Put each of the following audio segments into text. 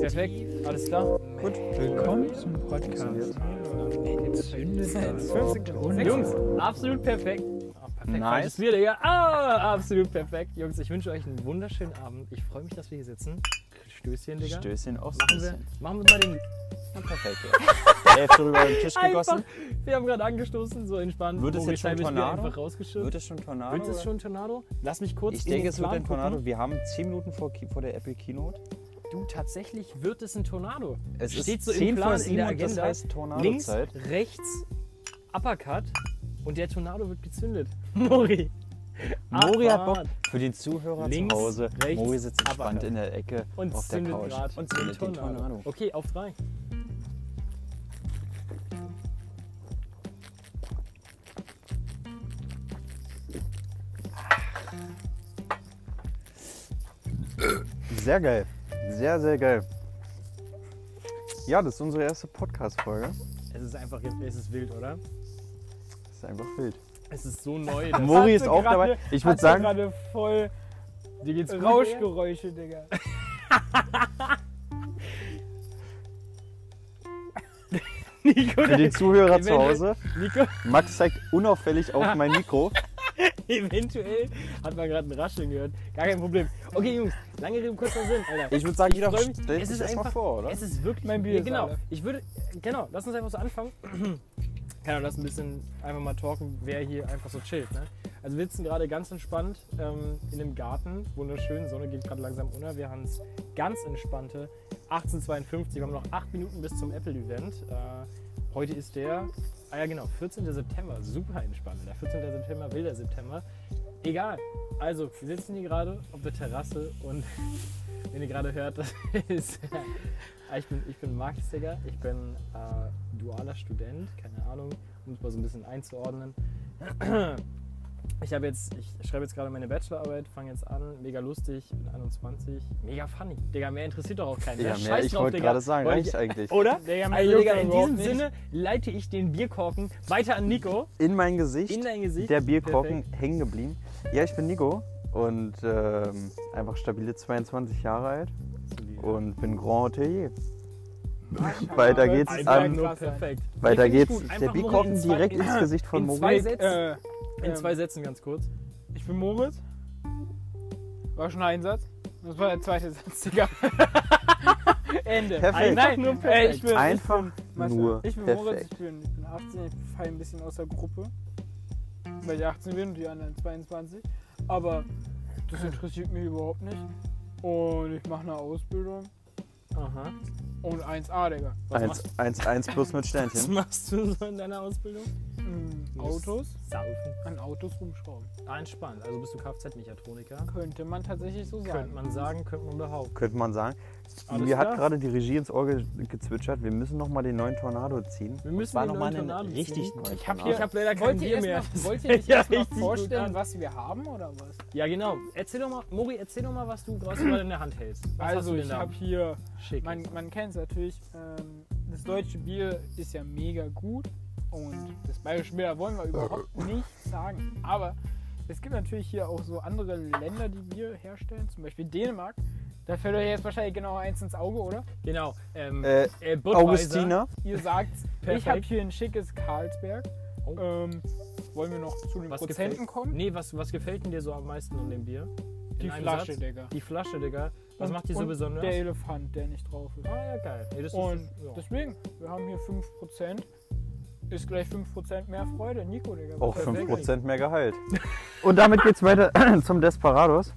Perfekt, alles klar. Gut. Willkommen zum Podcast. Entzündet das Runde. Jungs, absolut perfekt. Ah, perfekt Nice. falsches Bier, Digga. Ah, absolut perfekt. Jungs, ich wünsche euch einen wunderschönen Abend. Ich freue mich, dass wir hier sitzen. Stößchen, Digga. Stößchen aufs Machen wir, Stößchen. machen wir mal den. Perfekt. Ja. Hälfte rüber den Tisch gegossen. Einfach- wir haben gerade angestoßen, so entspannt. Oh, Wird es Boris jetzt Stein schon ist mir Tornado? Einfach rausgeschüttet. Wird es schon Tornado? Wird es oder? schon Tornado? Lass mich kurz. Ich in denke, den es wird ein Plan gucken. Tornado. Wir haben 10 Minuten vor, Ki- vor der Apple Keynote. Du, tatsächlich wird es ein Tornado. Es Steht ist so im 10 vor Plan, in der sieben und das Agenda. heißt Tornado Links, Zeit. rechts, Uppercut und der Tornado wird gezündet. Mori. Mori hat Bock Abfahrt. für den Zuhörer Links, zu Hause. rechts, Mori sitzt Abfahrt. entspannt in der Ecke Und auf der zündet Couch gerade und zündet den Tornado. Okay, auf drei. Sehr geil. Sehr, sehr geil. Ja, das ist unsere erste Podcast-Folge. Es ist einfach, es ist wild, oder? Das ist einfach wild. Es ist so neu. das- Mori Hat ist sie auch gerade- dabei. Ich Hat würde sie sagen, gerade voll Dir geht's gut, Digga? Rauschgeräusche, Digga. Nico, für die Zuhörer zu Eventuell- Hause, Nico, Max zeigt unauffällig auf mein Mikro. eventuell hat man gerade ein Rascheln gehört. Gar kein Problem. Okay, Jungs, lange Rede, kurzer Sinn, Alter. Ich würde sagen, jeder freu mich. stellt Es sich ist erstmal einfach- vor, oder? Es ist wirklich Mein Bier Ja, ist Genau, alle. ich würde, genau, lass uns einfach so anfangen. Keine Ahnung, lass ein bisschen einfach mal talken, wer hier einfach so chillt. Ne? Also wir sitzen gerade ganz entspannt ähm, in einem Garten, wunderschön, Sonne geht gerade langsam unter. Wir haben es ganz entspannte 18.52, wir haben noch 8 Minuten bis zum Apple-Event. Äh, heute ist der, ah ja genau, 14. September, super entspannt. Der 14. September, wilder September. Egal, also wir sitzen hier gerade auf der Terrasse und wenn ihr gerade hört, das ist... Ah, Ich bin, ich bin Max, Digga. Ich bin äh, dualer Student, keine Ahnung, um es mal so ein bisschen einzuordnen. Ich habe jetzt, ich schreibe jetzt gerade meine Bachelorarbeit, fange jetzt an, mega lustig, bin 21, mega funny. Digga, mehr interessiert doch auch keinen. Ja, ne? mehr, Scheiß ich drauf, wollte Digga. gerade sagen, Wollte reicht eigentlich. Oder? Digga, Ey, also, juckt Digga, doch in überhaupt diesem Sinne leite ich den Bierkorken weiter an Nico. In mein Gesicht, In dein Gesicht. der Bierkorken hängen geblieben. Ja, ich bin Nico und ähm, einfach stabile 22 Jahre alt und bin Grand Hotelier. Weiter geht's Einfach am- nur perfekt. Weiter Richtig geht's. gut. Einfach Der Mori in Bierkorken zwei- direkt in- ins Gesicht von in Mori. zwei Ich, Sätzen. äh, In ähm, zwei Sätzen ganz kurz. ich bin Moritz. War schon ein Satz. Das war der zweite Satz, Digga. Ende. Perfekt. Nein, nur perfekt. ich bin, Einfach Meister, nur Ich bin Moritz, perfekt. ich bin, ich bin 18, ich falle ein bisschen aus der Gruppe, weil ich 18 bin und die anderen 22. Aber das interessiert mich überhaupt nicht. Und ich mache eine Ausbildung Aha. und 1A, Digga. Was machst, 1, 1, 1 plus mit was Sternchen. machst du so in deiner Ausbildung? Mhm, Autos, Saufen. an Autos rumschrauben. Ah, entspannt. Also bist du Kfz-Mechatroniker? Könnte man tatsächlich so Könnte sagen. man sagen, könnte man behaupten. Könnte man sagen. Alles Mir hat klar. gerade die Regie ins Ohr ge gezwitschert, wir müssen nochmal den neuen Tornado ziehen. Wir müssen War den nochmal neuen ein Tornado richtig ziehen. neues Ich habe Tornado. hab leider kein Wollt ihr, Bier erst mehr. mal, wollt ihr nicht Ja, erstmal richtig gut an. vorstellen, was wir haben oder was? Ja, genau. Erzähl doch mal, Mori, erzähl doch mal, was du gerade mal in der Hand hältst. Was hast also, du denn ich da? habe hier Schick. Man, man kennt es natürlich, ähm, das deutsche Bier ist ja mega gut und das bayerische Bier da wollen wir überhaupt nicht sagen. Aber es gibt natürlich hier auch so andere Länder, die Bier herstellen, zum Beispiel Dänemark. Da fällt euch jetzt wahrscheinlich genau eins ins Auge, oder? genau. Ähm, Äh, äh, Budweiser. Augustina, Ihr sagt, ich Perfekt. habe hier ein schickes Karlsberg. Oh. Ähm, wollen wir noch zu den Was Prozenten gefällt, kommen? Nee, was, was gefällt denn dir so am meisten an dem Bier? In Die einem Flasche, Satz? Digga. Die Flasche, Digga. Was Und- macht die so und besonders? Der Elefant, der nicht drauf ist. ah, ja, geil. Ey, das Und ist, ja. deswegen, wir haben hier 5%. Ist gleich 5% mehr Freude. Nico, Digga. was auch hast du 5% mehr Gehalt. Und damit geht's weiter zum Desperados.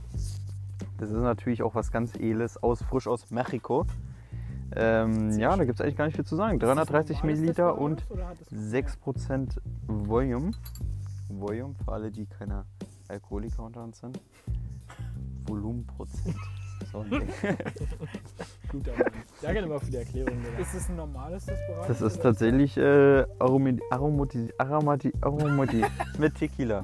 Das ist natürlich auch was ganz Edles, aus, frisch aus Mexiko. Ähm, ja, da gibt's eigentlich gar nicht viel zu sagen. Ist das 330 normales Milliliter Desperados und oder hat das noch 6% Volume. Volume für alle, die keine Alkoholiker unter uns sind. Volumenprozent. So ein Ding. guter Mann. Danke nochmal für die Erklärung, mehr? Digga. Ist es ein normales Desperado? Das ist tatsächlich äh, Aromati, Aromati, Aromati, Aromati mit Tequila.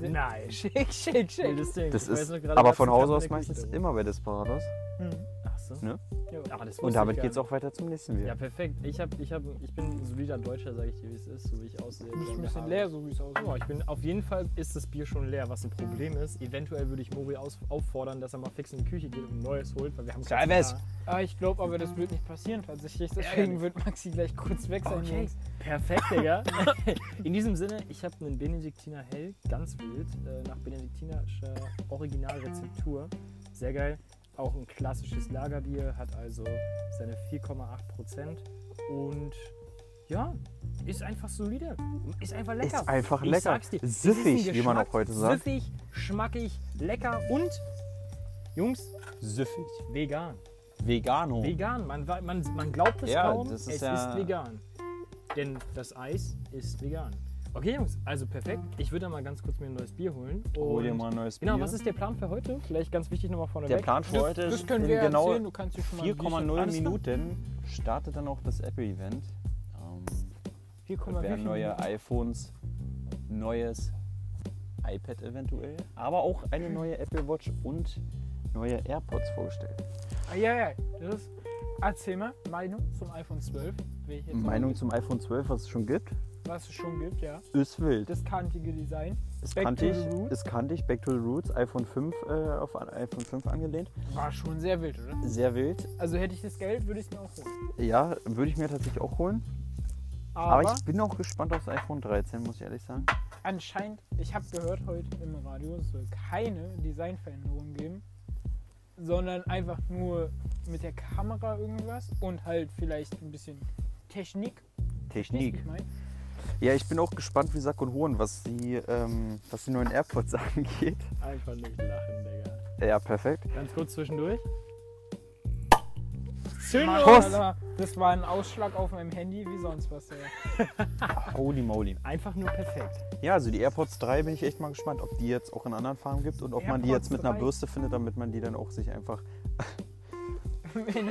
Nein. Schick, schick, schick. Wildes Ding. Das Ich weiß ist noch gerade, aber letztens von kam Hause der aus Küche meistens rum. immer bei Desperados. Hm. Ach Siehst du? Ne? Ja, aber das wusste Und damit ich gar geht's nicht. auch weiter zum nächsten Ja, Bier. perfekt. Ich, hab, ich, hab, ich bin ein solider Deutscher, sage ich dir, wie es ist, so wie ich aussehe. Nicht ein Blonde bisschen Haare. leer, so wie es aussieht. Ja, ich bin, auf jeden Fall ist das Bier schon leer, was ein Problem ist. Eventuell würde ich Mobi aus, auffordern, dass er mal fix in die Küche geht und ein neues holt, weil wir haben keins Salves! da. Ah, ich glaube aber, das wird nicht passieren tatsächlich. Deswegen wird Maxi gleich kurz weg sein. Okay, Jungs. Oh, perfekt, Digga. In diesem Sinne, ich habe einen Benediktiner Hell, ganz wild, äh, nach benediktinischer Originalrezeptur. Sehr geil. Auch ein klassisches Lagerbier, hat also seine 4,8 Prozent und ja, ist einfach solide. Ist einfach lecker. Ist einfach Ich lecker. sag's dir, es ist ein Siffig, wie man Geschmack. auch heute sagt. Siffig, schmackig, lecker und Jungs, Süffig. vegan. Vegano. Vegan, man, wa- man, man glaubt es Ja, kaum, das ist es ja- ist vegan. Denn das Eis ist vegan. Okay, Jungs, also perfekt. Ich würde da mal ganz kurz mir ein neues Bier holen. Hol dir Und- mal ein neues Bier. Genau, was ist der Plan für heute? Vielleicht ganz wichtig nochmal vorne der weg. Plan für heute? Das ist können in wir genau erzählen, du kannst dir schon mal ein Bierchen- 4,0 Alles klar. Minuten startet dann auch das Apple-Event. Ähm, 4,4 Es werden neue iPhones, neues iPad eventuell, aber auch eine neue Apple Watch und neue AirPods vorgestellt. Ah, ja, ja, das ist. Erzähl mal, Meinung zum iPhone 12. Will ich jetzt noch Meinung wissen, zum iPhone 12, was es schon gibt, Was es schon gibt, ja. ist wild. Das kantige Design. Ist Back to kantig, the Roots. ist kantig, Back to the Roots, iPhone 5, äh, auf ein iPhone 5 angelehnt. War schon sehr wild, oder? Sehr wild. Also hätte ich das Geld, würde ich es mir auch holen. Ja, würde ich mir tatsächlich auch holen. Aber, Aber, ich bin auch gespannt aufs iPhone 13, muss ich ehrlich sagen. anscheinend, ich habe gehört heute im Radio, es soll keine Designveränderungen geben, sondern einfach nur mit der Kamera irgendwas und halt vielleicht ein bisschen Technik. Verstehst du, Technik. was ich mein? Ja, ich bin auch gespannt wie Sack und Hohen, was die, ähm, was die neuen AirPods angeht. Einfach nicht lachen, Digga. Ja, perfekt. Ganz kurz zwischendurch. Mann, Prost! Alter, Das war ein Ausschlag auf meinem Handy, wie sonst was. Ey. Holy moly. Einfach nur perfekt. Ja, also die AirPods 3 bin ich echt mal gespannt, ob die jetzt auch in anderen Farben gibt und ob man die AirPods jetzt mit einer 3? Bürste findet, damit man die dann auch sich einfach. Wenn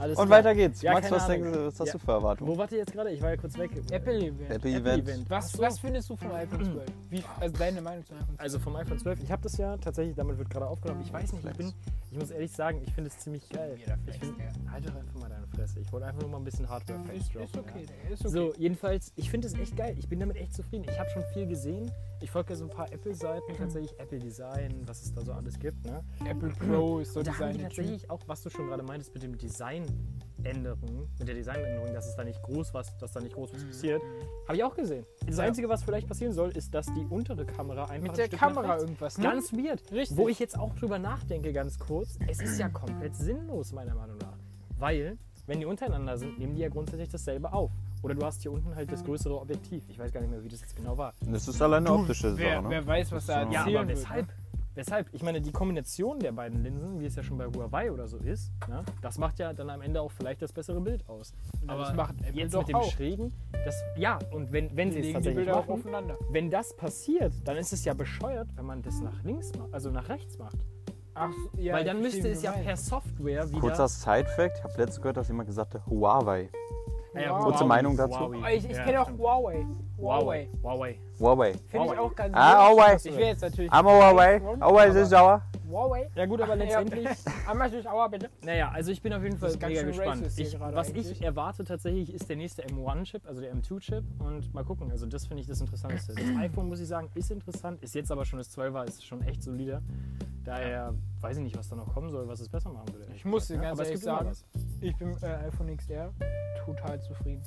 Alles Und klar. weiter geht's. Ja, Max, keine was, denkst, Ahnung. du- was hast Ja. du für Erwartungen? Wo wart ihr jetzt gerade? Ich war ja kurz weg. Apple Event. Happy Event. Event. Was, Ach so. was findest du vom iPhone 12? Wie, also deine Meinung zum iPhone 12? Also vom iPhone 12. Ich habe das ja tatsächlich, damit wird gerade aufgenommen. Ich weiß nicht, ich bin, ich muss ehrlich sagen, ich finde es ziemlich geil. Ich find, halt doch einfach mal deine Fresse. Ich wollte einfach nur mal ein bisschen Hardware-Facts Ist, droppen. ist okay, ja. Digga, ist okay. So, jedenfalls, ich finde es echt geil. Ich bin damit echt zufrieden. Ich habe schon viel gesehen. Ich folge ja so ein paar Mhm. Apple-Seiten, tatsächlich Apple Design, was es da so alles gibt. Ne? Apple Pro ist so Und da haben die Design. tatsächlich auch, was du schon gerade meintest, mit dem Designänderung, mit der Designänderung, dass es da nicht groß was, dass da nicht groß was passiert, habe ich auch gesehen. Das Mhm. Ja. Einzige, was vielleicht passieren soll, ist, dass die untere Kamera einfach Mit ein der Stück nach Kamera rechts- irgendwas, ne? Ganz weird. Richtig. Wo ich jetzt auch drüber nachdenke, ganz kurz, es ist ja komplett sinnlos, meiner Meinung nach. Weil, wenn die untereinander sind, nehmen die ja grundsätzlich dasselbe auf. Oder du hast hier unten halt das größere Objektiv. Ich weiß gar nicht mehr, wie das jetzt genau war. Das ist alleine optische wer, Sache, ne? wer weiß, was da Ja, aber Ja, erzählen aber wird, weshalb? ne? Weshalb? Ich meine, die Kombination der beiden Linsen, wie es ja schon bei Huawei oder so ist, ne, das macht ja dann am Ende auch vielleicht das bessere Bild aus. Na, Aber Also das macht Apple jetzt doch mit dem auch. Schrägen, das, ja, und wenn, wenn sie Die es legen die tatsächlich Bilder auch machen, aufeinander. wenn das passiert, dann ist es ja bescheuert, wenn man das nach links, ma- also nach rechts macht. Ach, so, ja, Weil ich dann verstehe, müsste wie es du ja per meinst. Software wieder... Kurzer Side-Fact: Ich habe letztens gehört, dass jemand gesagt hat, Huawei. Wow. Kurze Meinung dazu? Oh, Ich, ich kenne auch Huawei. Huawei. Huawei. Huawei. Huawei. Finde ich Huawei. auch ganz Ah, wild. Huawei. Ich wäre jetzt natürlich. I'm a Huawei. Huawei ist sauer. Huawei. Ja gut, aber letztendlich... Einmal durch Aua, bitte. Naja, also ich bin auf jeden Fall Das ist ganz mega schön gespannt. racist hier Ich, gerade was ich eigentlich. erwarte tatsächlich ist der nächste M1-Chip, also der M2-Chip. Und mal gucken, also das finde ich das Interessanteste. Das iPhone, muss ich sagen, ist interessant, ist jetzt aber schon das 12er, ist schon echt solider. Daher weiß ich nicht, was da noch kommen soll, was es besser machen würde. Ich muss dir Ja, ganz aber es ehrlich gibt immer sagen, was. ich bin äh, iPhone XR total zufrieden.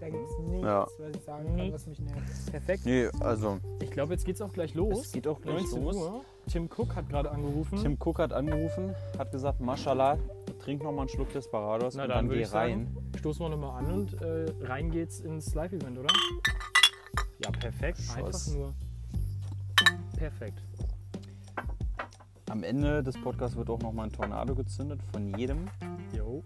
Da gibt es nichts, Ja. was ich sagen kann, was mich nervt. Perfekt. Nee, also. Ich glaube, jetzt geht's auch gleich los. Es geht auch gleich 19 los. Uhr. Tim Cook hat gerade angerufen. Tim Cook hat angerufen, hat gesagt, Mashallah, trink noch mal einen Schluck Desperados Na und dann dann würde geh ich sagen, rein. stoßen wir nochmal an und äh, rein geht's ins Live-Event, oder? Ja, perfekt. Einfach Schuss. nur perfekt. Am Ende des Podcasts wird auch noch mal ein Tornado gezündet von jedem. Jo.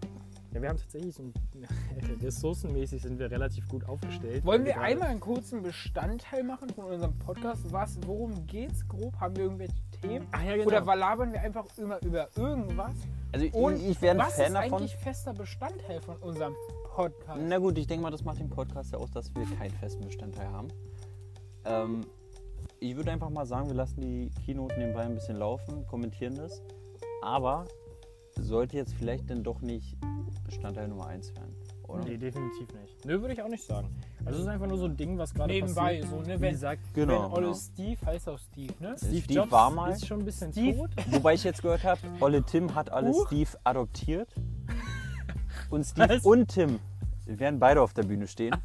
Ja, wir haben tatsächlich so ein. Ressourcenmäßig sind wir relativ gut aufgestellt. Wollen Weil wir gerade- einmal einen kurzen Bestandteil machen von unserem Podcast? Was, worum geht's grob? Haben wir irgendwelche Themen? Ach ja, genau. Oder labern wir einfach immer über irgendwas? Also ich, Und ich wäre ein was Fan ist davon. eigentlich fester Bestandteil von unserem Podcast? Ne, Na gut, ich denke mal, das macht den Podcast ja aus, dass wir keinen festen Bestandteil haben. Ähm, ich würde einfach mal sagen, wir lassen die Keynote nebenbei ein bisschen laufen, kommentieren das. aber sollte jetzt vielleicht dann doch nicht Bestandteil Nummer 1 werden, oder? Nee, definitiv nicht. Nö, würde ich auch nicht sagen. Also es ist einfach nur so ein Ding, was gerade Nebenbei, passiert. so, ne, Wie wenn- gesagt, Genau. Wenn Olle genau. Steve heißt auch Steve, ne? Steve war mal- ist schon ein bisschen Steve- tot. Wobei ich jetzt gehört habe, Olle Tim hat alle Huch. Steve adoptiert. Und Steve Was? und Tim werden beide auf der Bühne stehen.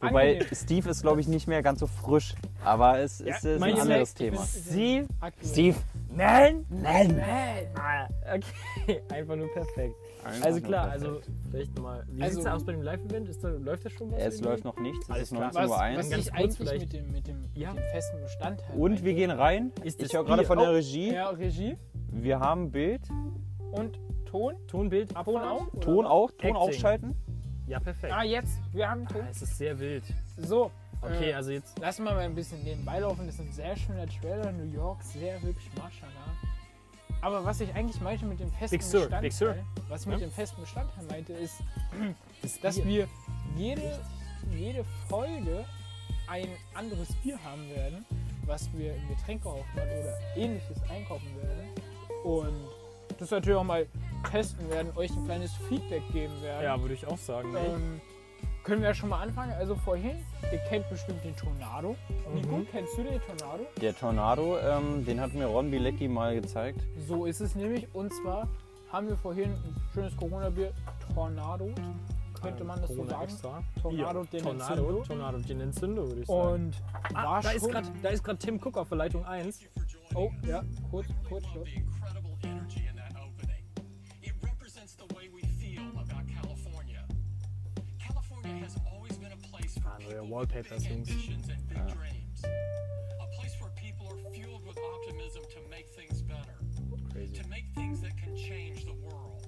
Wobei Angenehm. Steve ist, glaube ich, nicht mehr ganz so frisch. Aber es ist, ist ein mein anderes Respekt, Thema. Steve? Aktuell. Nein! nein. Nein! Ah, Okay, einfach nur perfekt. also klar, also vielleicht mal. Wie Also- sieht's da aus bei dem Live-Event? Ist da, läuft das schon was? Es irgendwie? läuft noch nichts, es Alles ist klar. 19 Was, Uhr was eins. eins. Ganz ich kurz eigentlich vielleicht. mit dem, mit, dem, Ja. mit dem festen Bestandteil. Und wir gehen rein. Ist das Ich höre gerade Bier? von der Oh. Regie, Ja, Regie wir haben Bild, und Ton. Tonbild, Ton Abfahrt? auch? oder Ton was? auch, Ton Acting. ausschalten. Ja, perfekt. Ah, jetzt. Wir haben Ah, Ton. es ist sehr wild. So. Okay, äh, also jetzt. Lass mal mal ein bisschen nebenbei laufen. Das ist ein sehr schöner Trailer. New York, sehr hübsch, Maschallah. Aber was ich eigentlich meinte mit dem festen Big Sur, Bestandteil, Big Sur. was ich mit Ja. dem festen Bestandteil meinte, ist, Das dass Bier. wir jede, jede Folge ein anderes Bier haben werden, was wir im Getränkehauptmann oder ähnliches einkaufen werden. Und das natürlich auch mal testen werden, euch ein kleines Feedback geben werden. Ja, würde ich auch sagen. ne? Ähm, können wir ja schon mal anfangen. Also vorhin, ihr kennt bestimmt den Tornado. Nico, Mhm. kennst du den Tornado? Der Tornado, ähm, den hat mir Ron Bilecki mal gezeigt. So ist es nämlich. Und zwar haben wir vorhin ein schönes Corona-Bier, Tornado. Könnte man das so Corona sagen? Extra. Tornado, Bier. den Tornado, Entzündo. Tornado, den Entzündo, würde ich sagen. Und ah, war da ist schon- grad- da ist gerade Tim Cook auf der Leitung 1. Oh, ja, kurz, kurz, Schluss. the incredible energy in that opening. It represents the way we feel about California. California has always been a place for Ah, neue people with big Wallpapers, Jungs. ambitions and big dreams. A place where people are fueled with optimism to make things better, Crazy. to make things that can change the world.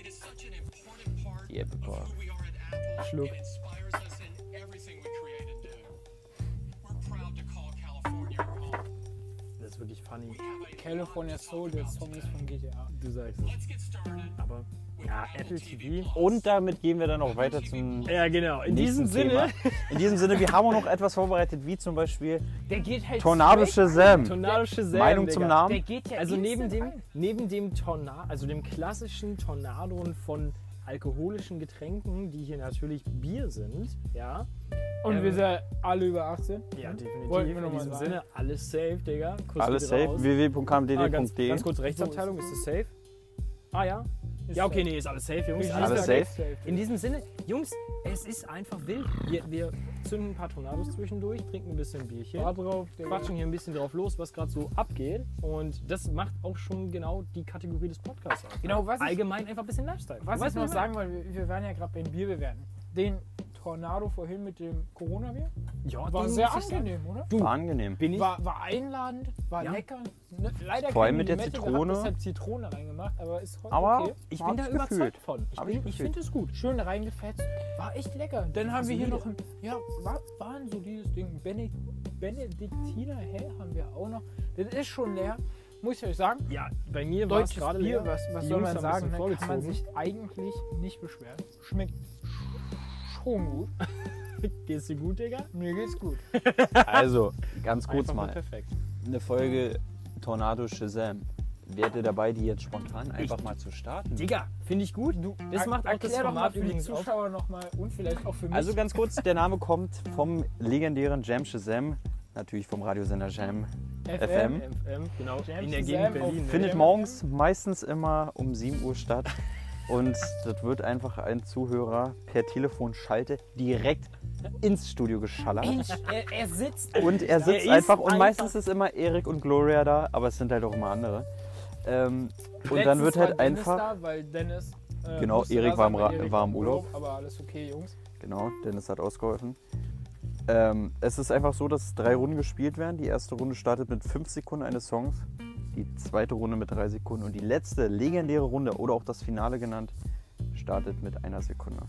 it is such an important part Die Apple of who we are at Apple. Schluck. It inspires us in everything we create and do. We're proud to call California our home. Das ist wirklich funny. We have a lot to California Soul, talk der about Song today. ist von GTA. Du sagst es. Let's get started Aber with ja, Apple Apple TV TV. Und damit gehen wir dann auch weiter zum Ja, genau. In nächsten diesem Sinne. Thema. In diesem Sinne, wir haben auch noch etwas vorbereitet, wie zum Beispiel Der geht halt Tornado straight- Shazam. Tornado Shazam. Meinung Digga. zum Der Namen? geht ja Also neben instant dem, rein. neben dem Tornado, also dem klassischen Tornadoen von alkoholischen Getränken, die hier natürlich Bier sind, ja. Und wir Ähm, sind alle über 18. Ja, Mhm. Wollten definitiv. wir In noch mal diesem sagen. Sinne, alles safe, Digga. Kuss Alles geht safe. raus. Ah, ganz, www.kmdd.de. ganz kurz, Rechtsabteilung, ist es safe? Ah ja. Ist Ja, okay, safe. nee, ist alles safe, Jungs. Regie Alles sagt safe? jetzt safe. In diesem Sinne, Jungs, es ist einfach wild. Wir, wir zünden ein paar Tornados zwischendurch, trinken ein bisschen Bierchen. War drauf, der quatschen hier ein bisschen drauf los, was gerade so abgeht. Und das macht auch schon genau die Kategorie des Podcasts aus. Genau, was ich- Allgemein einfach ein bisschen Lifestyle. Was Weißt ich du, noch ich sagen wollte, wir, wir waren ja gerade beim Bier bewerten. Den Tornado vorhin mit dem Corona-Bier meine? Ja, war den sehr muss ich sagen. angenehm, oder? War angenehm. Bin ich? War, war einladend, war Ja. lecker. Ne, leider Vor allem keine mit der Limette Zitrone. Gehabt, deshalb Zitrone reingemacht, aber ist heute Aber okay. ich bin da hab's überzeugt gefühlt. von. Ich, Hab bin- ich ich gefühlt. finde es gut. Schön reingefetzt, war echt lecker. Dann haben wir hier Solide. noch ein, ja, war, war ein solides Ding. Bene- Benediktiner Hell haben wir auch noch. Das ist schon leer, muss ich euch sagen. Ja, bei mir war es Deutsches gerade Bier, leer. was, was Die soll Jungs haben man ein sagen? bisschen Da kann man vorgezogen. sich eigentlich nicht beschweren. Schmeckt schon gut. Geht's dir gut, Digga? Mir geht's gut. Also, ganz kurz Einfach nur mal. Perfekt. Eine Folge Tornado Shazam. Wärt ihr dabei, die jetzt spontan einfach mal zu starten? Digga, finde ich gut. das Er- macht auch das erklär doch mal Format für die übrigens auf. Zuschauer nochmal und vielleicht auch für mich. Also ganz kurz, der Name kommt vom legendären Jam Shazam, natürlich vom Radiosender Jam. FM, FM. genau, Jam in der Shazam Gegend auf Berlin. Finn- ne? Findet Jam morgens meistens immer um 7 Uhr statt und das wird einfach ein Zuhörer per Telefonschalte direkt ins Studio geschallert. Mensch, er, er sitzt. Und er sitzt ist einfach und einfach- meistens ist immer Erik und Gloria da, aber es sind halt auch immer andere. Ähm, und dann Letztens wird halt war Dennis einfach. Da, weil Dennis. äh, Genau, musste Erik da war sein, im weil Ra- war im Urlaub. Aber alles okay, Jungs. Genau, Dennis hat ausgeholfen. Ähm, es ist einfach so, dass drei Runden gespielt werden. Die erste Runde startet mit fünf Sekunden eines Songs, die zweite Runde mit drei Sekunden und die letzte legendäre Runde oder auch das Finale genannt startet mit einer Sekunde.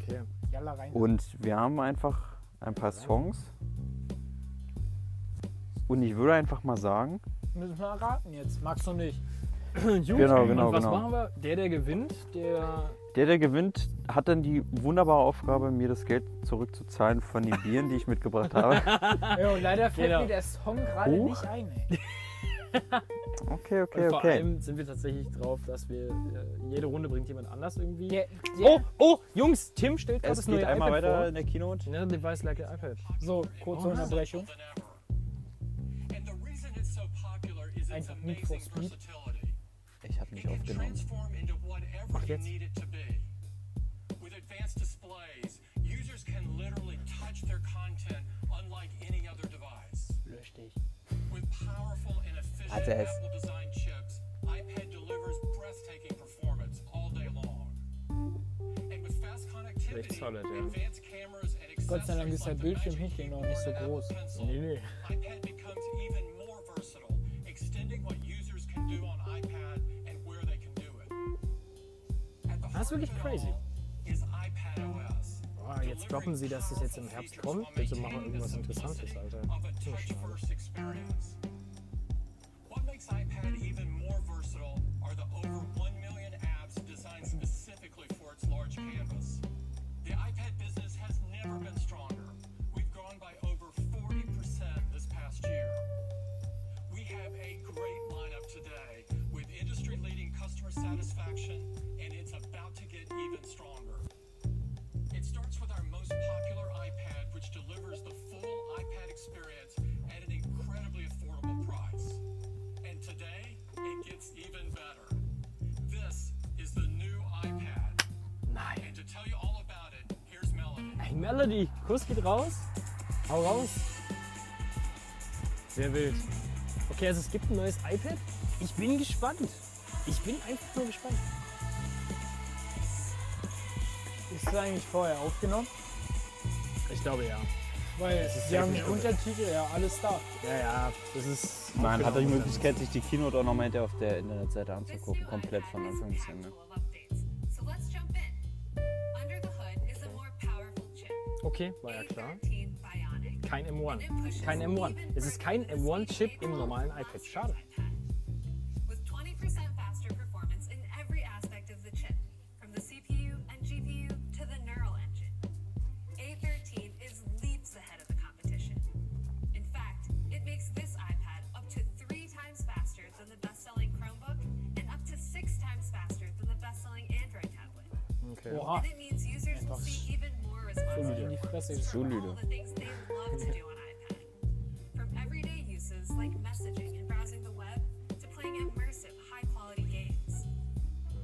Okay. Jalla rein. Und wir haben einfach ein paar Songs. Und ich würde einfach mal sagen, Müssen wir raten jetzt. Magst du nicht? Jungs, Genau, genau, und was genau. machen wir? Der, der gewinnt, der der, der gewinnt, hat dann die wunderbare Aufgabe, mir das Geld zurückzuzahlen von den Bieren, die ich mitgebracht habe. Ja, und leider fällt Genau. mir der Song gerade Hoch. nicht ein. Ey. Okay, okay, Und vor okay. allem sind wir tatsächlich drauf, dass wir äh, jede Runde bringt jemand anders irgendwie. Ja, Oh, oh, Jungs, Tim stellt gerade Es das geht neue einmal iPad weiter vor. in der Keynote. Another device like an iPad. So, kurze Unterbrechung. than ever. And the reason it's so popular is its Einfach Need for amazing Speed. versatility. Ich habe It nicht can aufgenommen. transform into whatever you jetzt. need it to be. With advanced displays, users can literally touch their content unlike any other device. Lösch dich. With powerful and efficient Hat er es? Apple design chips, iPad delivers breathtaking performance all day long. And with fast connectivity, Echt toll, ja. advanced cameras and Gott sei Dank accessories ist der like the Bildschirm Magic hinten noch Keyboard nicht so and Apple groß. Pencil, Nee, nee. iPad becomes even more versatile, extending what users can do on iPad and where they can do it. At the That's heart wirklich of it crazy. all Is iPadOS. Ah, jetzt droppen sie, dass es jetzt im Herbst kommt. Bitte machen wir irgendwas Interessantes, Alter. So schade. What makes iPad even more versatile are the over 1 million apps designed specifically for its large canvas. The iPad business has never been stronger. We've grown by over 40% this past year. We have a great lineup today with industry leading customer satisfaction, and it's about to get even stronger. It starts with our most popular iPad, which delivers the full iPad experience at an incredibly affordable price. And today, it gets even better. This is the new iPad. Nein. And to tell you all about it, here's Melody. Hey, Melody, Kuss geht raus. Hau raus. Sehr wild. Okay, also es gibt ein neues iPad. Ich bin gespannt. Ich bin einfach nur gespannt. Ist das eigentlich vorher aufgenommen? Ich glaube ja. Weil ist sie haben die technisch irre. Untertitel, ja, alles da. Ja, ja, das ist. genau Man hat die aufgenommen. Möglichkeit, sich die Keynote auch nochmal hinterher auf der Internetseite anzugucken. gucken, Komplett von Anfang bis Ende. Okay, war ja klar. Kein M1. Kein M1. Es ist kein M1-Chip im normalen iPad. Schade. With 20% faster performance in every aspect of the chip, from the CPU and GPU to the neural engine. A13 is leaps ahead of the competition. In fact, it makes this iPad up to three times faster than the best-selling Chromebook and up to six times faster than the best-selling Android tablet. Okay. Oha. And it means users will see even more In die responsibility Fresse. from Solide. all the things they love to do on iPad. From everyday uses like messaging and browsing the web to playing immersive, high-quality games.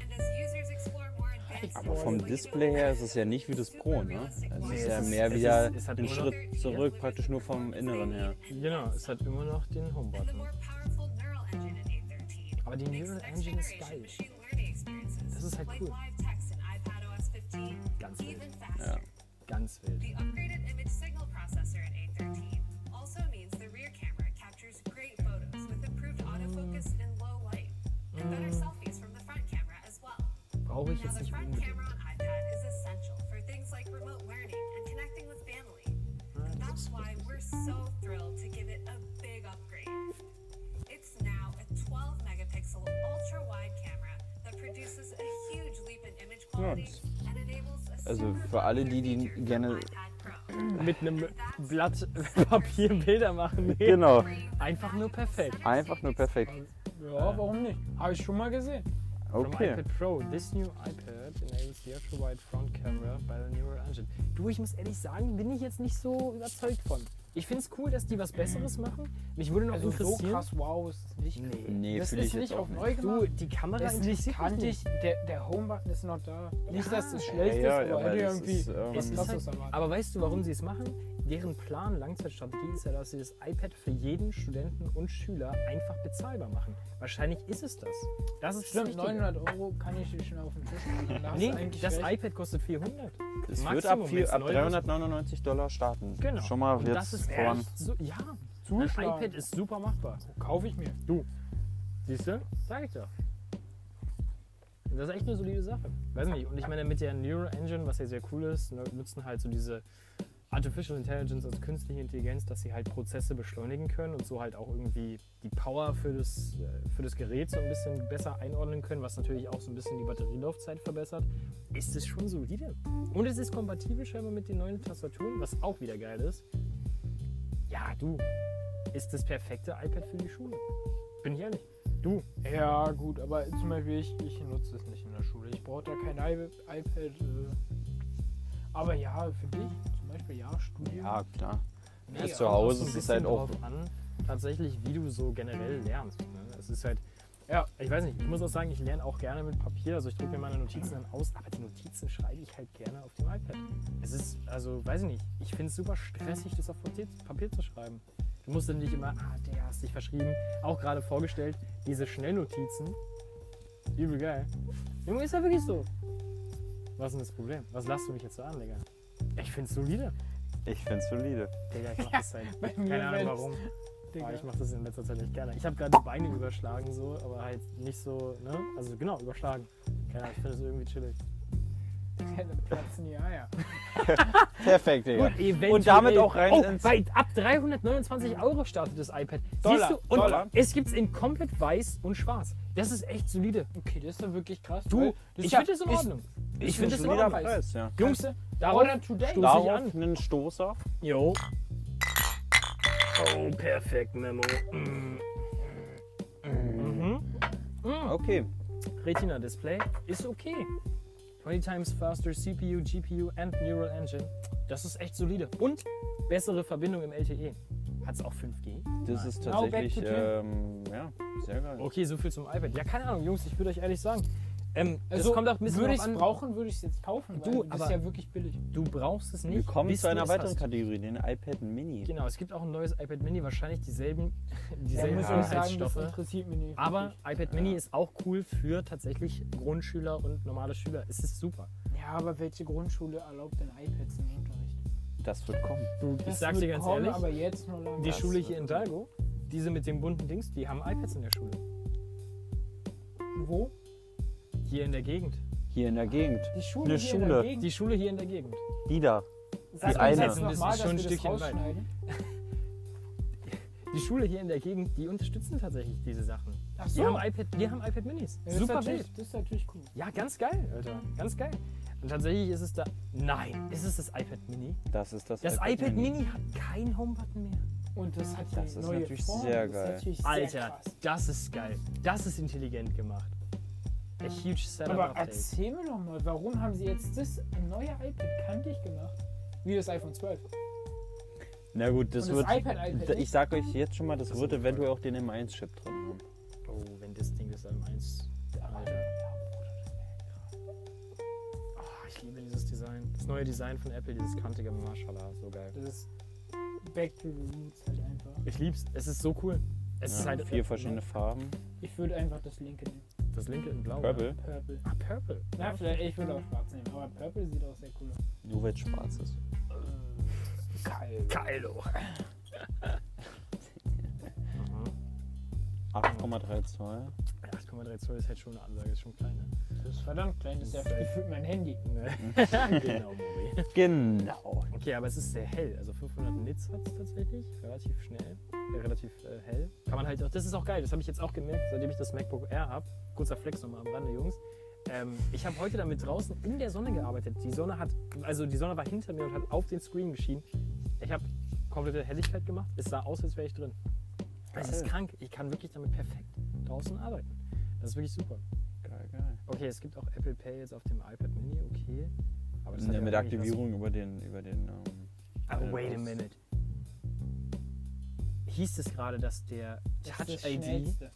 And as users explore more advanced Aber vom Display her ist es ja nicht wie das Pro, ne? Es Nee, ist es ja ist- mehr es wieder ist- es hat einen nur Schritt zurück, praktisch nur vom Inneren her. Genau, es hat immer noch den And the Homebutton. more powerful neural engine in A13 Aber die makes Neural next Engine ist geil. generation machine learning experiences Das ist halt like cool. live text in iPadOS 15 Ganz even faster. Ganz wild. The upgraded image signal processor in A13 also means the rear camera captures great photos with improved autofocus in low light and better selfies from the front camera as well. Brauche ich Now, jetzt the nicht front unbedingt. camera on iPad is essential for things like remote learning and connecting with family. Ah, And that's why we're so thrilled to give it a big upgrade. It's now a 12 megapixel ultra wide camera that produces a huge leap in image quality and enables a Also super für alle, die, popular die feature from gerne- iPad Pro. Mit einem Blatt Papier Bilder machen. Nee. Genau. Einfach nur perfekt. Einfach nur perfekt. Ja, warum nicht? Habe ich schon mal gesehen. From Okay. iPad Pro. This new iPad enables the ultra-wide front camera by the neural engine. Du, ich muss ehrlich sagen, bin ich jetzt nicht so überzeugt von. Ich finde es cool, dass die was Besseres machen. Mich würde noch Also so interessieren. krass, wow, ist es nicht. Nee, das fühle ich ist jetzt nicht auch auf nicht. neu Du, gemacht. die Kamera Das ist nicht interessiert mich kantig. Der, der Homebutton ist noch da. Nicht, dass das schlecht Ja, ist, ja, aber aber hätte das irgendwie. ist, ähm, was Es ist krasses halt, erwartet. aber weißt du, warum sie es machen? Deren Plan, Langzeitstrategie ist ja, dass sie das iPad für jeden Studenten und Schüler einfach bezahlbar machen. Wahrscheinlich ist es das. Das ist Stimmt, das Wichtige. 900 Euro kann ich dir schon auf den Tisch machen. Da hast du Nee, eigentlich das recht. iPad kostet 400. Es Maximum, wird ab, vier, wenn's ab neu ist. 399 Dollar starten. Genau. Schon mal Und wird das es ist voran. echt So, ja, ein Zuschlagen. iPad ist super machbar. Kaufe ich mir. Du, siehst du? Sag ich doch. Das ist echt eine solide Sache. Weiß nicht. Und ich meine, mit der Neural Engine, was ja sehr cool ist, ne, nutzen halt so diese Artificial Intelligence, also künstliche Intelligenz, dass sie halt Prozesse beschleunigen können und so halt auch irgendwie die Power für das, äh, für das Gerät so ein bisschen besser einordnen können, was natürlich auch so ein bisschen die Batterielaufzeit verbessert. Ist es schon solide. Und es ist kompatibel scheinbar mit den neuen Tastaturen, was auch wieder geil ist. Ja, du, ist das perfekte iPad für die Schule. Bin ich ehrlich. Du, Ja, gut, aber zum Beispiel ich, ich nutze es nicht in der Schule. Ich brauche da kein I- iPad. Äh. Aber ja, für dich zum Beispiel ja, Studium. Ja, klar. Ja, zu Hause kommt ist es ein halt bisschen auch- Mhm. drauf an, tatsächlich, wie du so generell lernst. Ne? Es ist halt, Ja. ich weiß nicht, ich muss auch sagen, ich lerne auch gerne mit Papier, also ich drucke mir meine Notizen dann aus, aber die Notizen schreibe ich halt gerne auf dem iPad. Es ist, also, weiß ich nicht, ich finde es super stressig, das auf Papier- Papier zu schreiben. Du musst dann nicht immer, ah, der hast dich verschrieben. Auch gerade vorgestellt, diese Schnellnotizen, übel geil. Junge, ist ja wirklich so. Was ist denn das Problem? Was lachst du mich jetzt so an, Digga? Ich find's solide. Ich find's solide. Digga, ich mach das seit bei mir keine Ahnung fällt's. warum. Digga. Aber ich mache das in letzter Zeit nicht gerne. Ich habe gerade die Beine überschlagen, so, aber halt nicht so, ne? Also genau, überschlagen. Keine Ahnung, ich finde das irgendwie chillig. Dann platzen die Eier. Perfekt, Digga. Und damit auch rein Oh, ins- bei, ab 329 Euro startet das iPad. Dollar, Siehst du? Und Dollar. es gibt's in komplett weiß und schwarz. Das ist echt solide. Okay, das ist doch wirklich krass. Du, weil das ich ja- finde das in ist- Ordnung. Ich finde das in solider Ordnung. Preis, ja. Jungs, darauf Order today. stoße ich Darauf an. einen Stoßer. Jo. Oh, perfekt, Memo. Mm. Ah. Okay. Retina Display ist okay. 20 times faster CPU, GPU and Neural Engine. Das ist echt solide. Und bessere Verbindung im LTE. Hat es auch 5G? Das ist Now back tatsächlich, to Tim. ähm, ja, sehr geil. Okay, so viel zum iPad. Ja, keine Ahnung, Jungs, ich würde euch ehrlich sagen. Ähm, das kommt auch ein bisschen Also Würde ich drauf an. brauchen, würde ich es jetzt kaufen. Weil Du, du, das ist aber- ja wirklich billig. du brauchst es nicht. Wir kommen bis zu du einer es weiteren hast. Kategorie, den iPad Mini. Genau, es gibt auch ein neues iPad Mini, wahrscheinlich dieselben, Da dieselben muss ich sagen, das Inhaltsstoffe. interessiert mich nicht. ne? Aber wirklich. iPad Mini ist auch cool für tatsächlich Grundschüler und normale Schüler. Es ist super. Ja, aber welche Grundschule erlaubt denn iPads im Unterricht? Das wird kommen. Du, ich Das sag dir wird ganz kommen, ehrlich, aber jetzt nur lange. die Das Schule wird hier in kommen. Dalgo, diese mit den bunten Dings, die haben iPads in der Schule. Wo? Hier in der Gegend. Hier in der Gegend. Die Schule Eine hier in Schule. der Gegend. Die Schule hier in der Gegend. Die da. Sag die uns eine. jetzt noch Das mal, ist schon ein dass wir das Stückchen weit. rausschneiden. Die Schule hier in der Gegend, die unterstützen tatsächlich diese Sachen. Ach Die so. haben iPad, wir haben iPad Minis. Ja, das ist Super natürlich- wild. Das ist natürlich cool. Ja, ganz geil, Alter. Ganz geil. Und tatsächlich ist es da. Nein, ist es das iPad Mini? Das ist das, Das iPad Mini hat keinen Homebutton mehr. Und das hat Das die ist neue natürlich Form. sehr Das geil. ist natürlich sehr Alter, krass. das ist geil. Das ist intelligent gemacht. A huge setup Aber update. erzähl mir doch mal, warum haben sie jetzt das neue iPad kantig gemacht? Wie das iPhone 12. Na gut, das Und wird. das iPad, iPad da- nicht? ich sag euch jetzt schon mal, das, wird ist ein eventuell auch den M1-Chip drin haben. Oh, wenn das Ding das M1. Alter. Oh, ich liebe dieses Design. Das neue Design von Apple, dieses kantige Marshallah, so geil. Das ist Back to the Roots halt einfach. Ich lieb's. Es ist so cool. Es ist Ja, halt vier verschiedene Farben. Ich würde einfach das linke nehmen. Das linke in blau. Purple. ne? Purple. Ah, Purple. Na, vielleicht, ich würde auch schwarz nehmen, aber Purple sieht auch sehr cool aus. Nur weil es schwarz ist. Geil. Geilo. Mhm. 8,3 Zoll. 8,3 Zoll ist halt schon eine Ansage, ist schon klein, ne? Das ist verdammt klein, das ist ja gefühlt mein Handy. Ne? genau, Mori. Genau. Okay, aber es ist sehr hell. Also 500 Nits hat es tatsächlich. Relativ schnell. Äh, relativ äh, hell. Kann man halt auch. Das ist auch geil. Das habe ich jetzt auch gemerkt, seitdem ich das MacBook Air habe. Kurzer Flex nochmal am Rande, Jungs. Ähm, ich habe heute damit draußen in der Sonne gearbeitet. Die Sonne hat. Also die Sonne war hinter mir und hat auf den Screen geschienen. Ich habe komplette Helligkeit gemacht. Es sah aus, als wäre ich drin. Es ist krank. Ich kann wirklich damit perfekt draußen arbeiten. Das ist wirklich super. Geil, geil. Okay, es gibt auch Apple Pay jetzt auf dem iPad Mini, okay. Aber das hat Ja, mit eigentlich was- Aktivierung über den. Über den ähm, Aber Äh, Oh, wait a das- minute. Hieß es gerade, dass der Das Touch ist das ID Schnellste.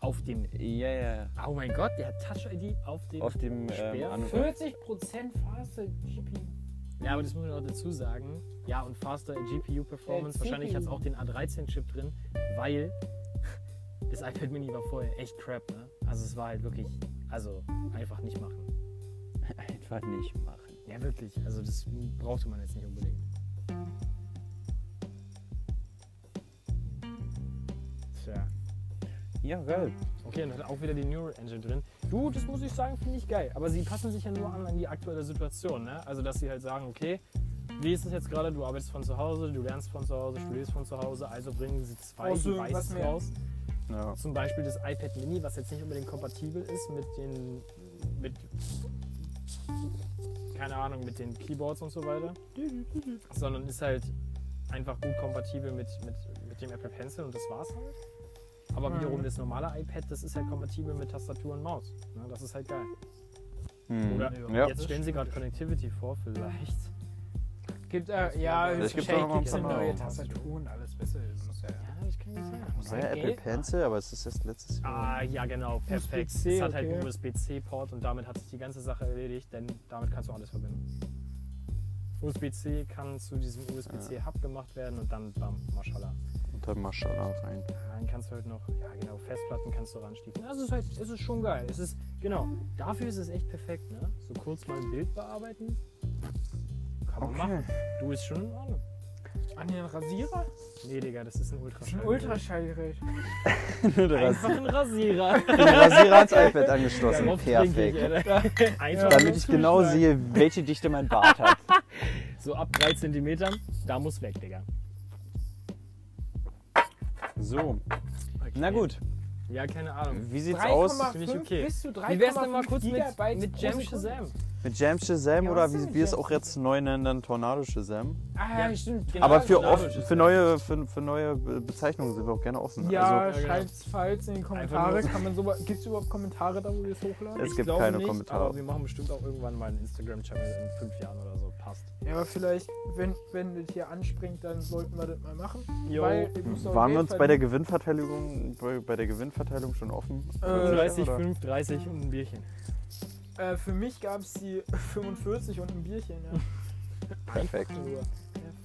auf dem. ja, ja. Oh mein Gott, der hat Touch ID auf dem. Auf dem ähm, Speer? Anhänger. 40% faster GPU. ja, aber das muss man auch dazu sagen. Ja, und faster GPU Performance. Äh, Wahrscheinlich hat es auch CPU. den A13-Chip drin, weil das iPad Mini war vorher echt crap, ne? Also es war halt wirklich. Also einfach nicht machen. Einfach nicht machen. Ja, wirklich. Also das brauchte man jetzt nicht unbedingt. Tja. Ja, geil. Okay, und hat auch wieder die Neural Engine drin. Du, das muss ich sagen, finde ich geil. Aber sie passen sich ja nur an an die aktuelle Situation. Ne? Also, dass sie halt sagen, okay, wie ist es jetzt gerade? Du arbeitest von zu Hause, du lernst von zu Hause, studierst von zu Hause. Also bringen sie zwei Brauchst du Devices irgendwas mehr? raus. Ja. Zum Beispiel das iPad Mini, was jetzt nicht unbedingt kompatibel ist mit den, mit, keine Ahnung, mit den Keyboards und so weiter. Sondern ist halt einfach gut kompatibel mit, mit, mit dem Apple Pencil und das war's halt. Aber wiederum das normale iPad, das ist ja kompatibel mit Tastatur und Maus. Ne, das ist halt geil. Hm. Oder Mhm. Ja. jetzt stellen sie gerade Connectivity vor, vielleicht. Gibt, äh, ja, Das gibt's Shake auch noch gibt's am eine neue Sammelraum. Tastaturen, alles besser. Das muss ja, Ja, das kann nicht sein. War ja Apple Geld- Pencil, aber es ist erst letztes Jahr. Ah, ja, genau, perfekt. USB-C, Es hat halt okay. einen USB-C-Port und damit hat sich die ganze Sache erledigt, denn damit kannst du alles verbinden. USB-C kann zu diesem USB-C-Hub gemacht werden und dann, bam, mashallah. Und dann Maschala rein. Dann kannst du halt noch, ja genau, Festplatten kannst du ranstiefeln. Also es ist halt, es ist schon geil. Es ist, genau, dafür ist es echt perfekt, ne? So kurz mal ein Bild bearbeiten. Kann man machen. Du ist schon in Ordnung. An den Rasierer? Nee, Digga, das ist ein Das ist Ultraschall. ein Ultraschallgerät. Der Einfach ein Rasierer. Rasierer ans iPad angeschlossen. Darauf trinke ich, Perfekt. Alter. Einfach Damit ich genau sehe, welche Dichte mein Bart hat. So ab 3 cm, da muss weg, Digga. So, na gut. Mhm. Ja, keine Ahnung. Wie sieht's aus 3,5 Finde ich okay. bis zu 3,5 Wie wär's denn mal kurz mit, Gigabyte mit pro Jam Sekunde? Shazam? mit Jam Shazam Ja, oder was ist wie denn wir es Jam auch jetzt neu nennen, dann Tornado Shazam? Ah, ja, stimmt. Genau. Aber für, Tornado oft, Shazam. für, neue, für, für neue Be- Bezeichnungen sind wir auch gerne offen. Ja, Also- genau. Ja, schreibt's falls in die Kommentare. Kann man sowas. Gibt's überhaupt Kommentare da, wo wir es hochladen? Es Ich gibt glaube keine nicht, Kommentare. Aber wir machen bestimmt auch irgendwann mal einen Instagram-Channel in fünf Jahren oder so. Passt. Ja, aber vielleicht, wenn, wenn das hier anspringt, dann sollten wir das mal machen. Jo. ihr müsst auf also, waren wir jeden uns Fall bei der Gewinnverteilung, bei, bei der Gewinnverteilung schon offen? Äh, 30, oder? 5, 30 und ein Bierchen. Äh, für mich gab es die 45 und ein Bierchen. Ja. Perfekt.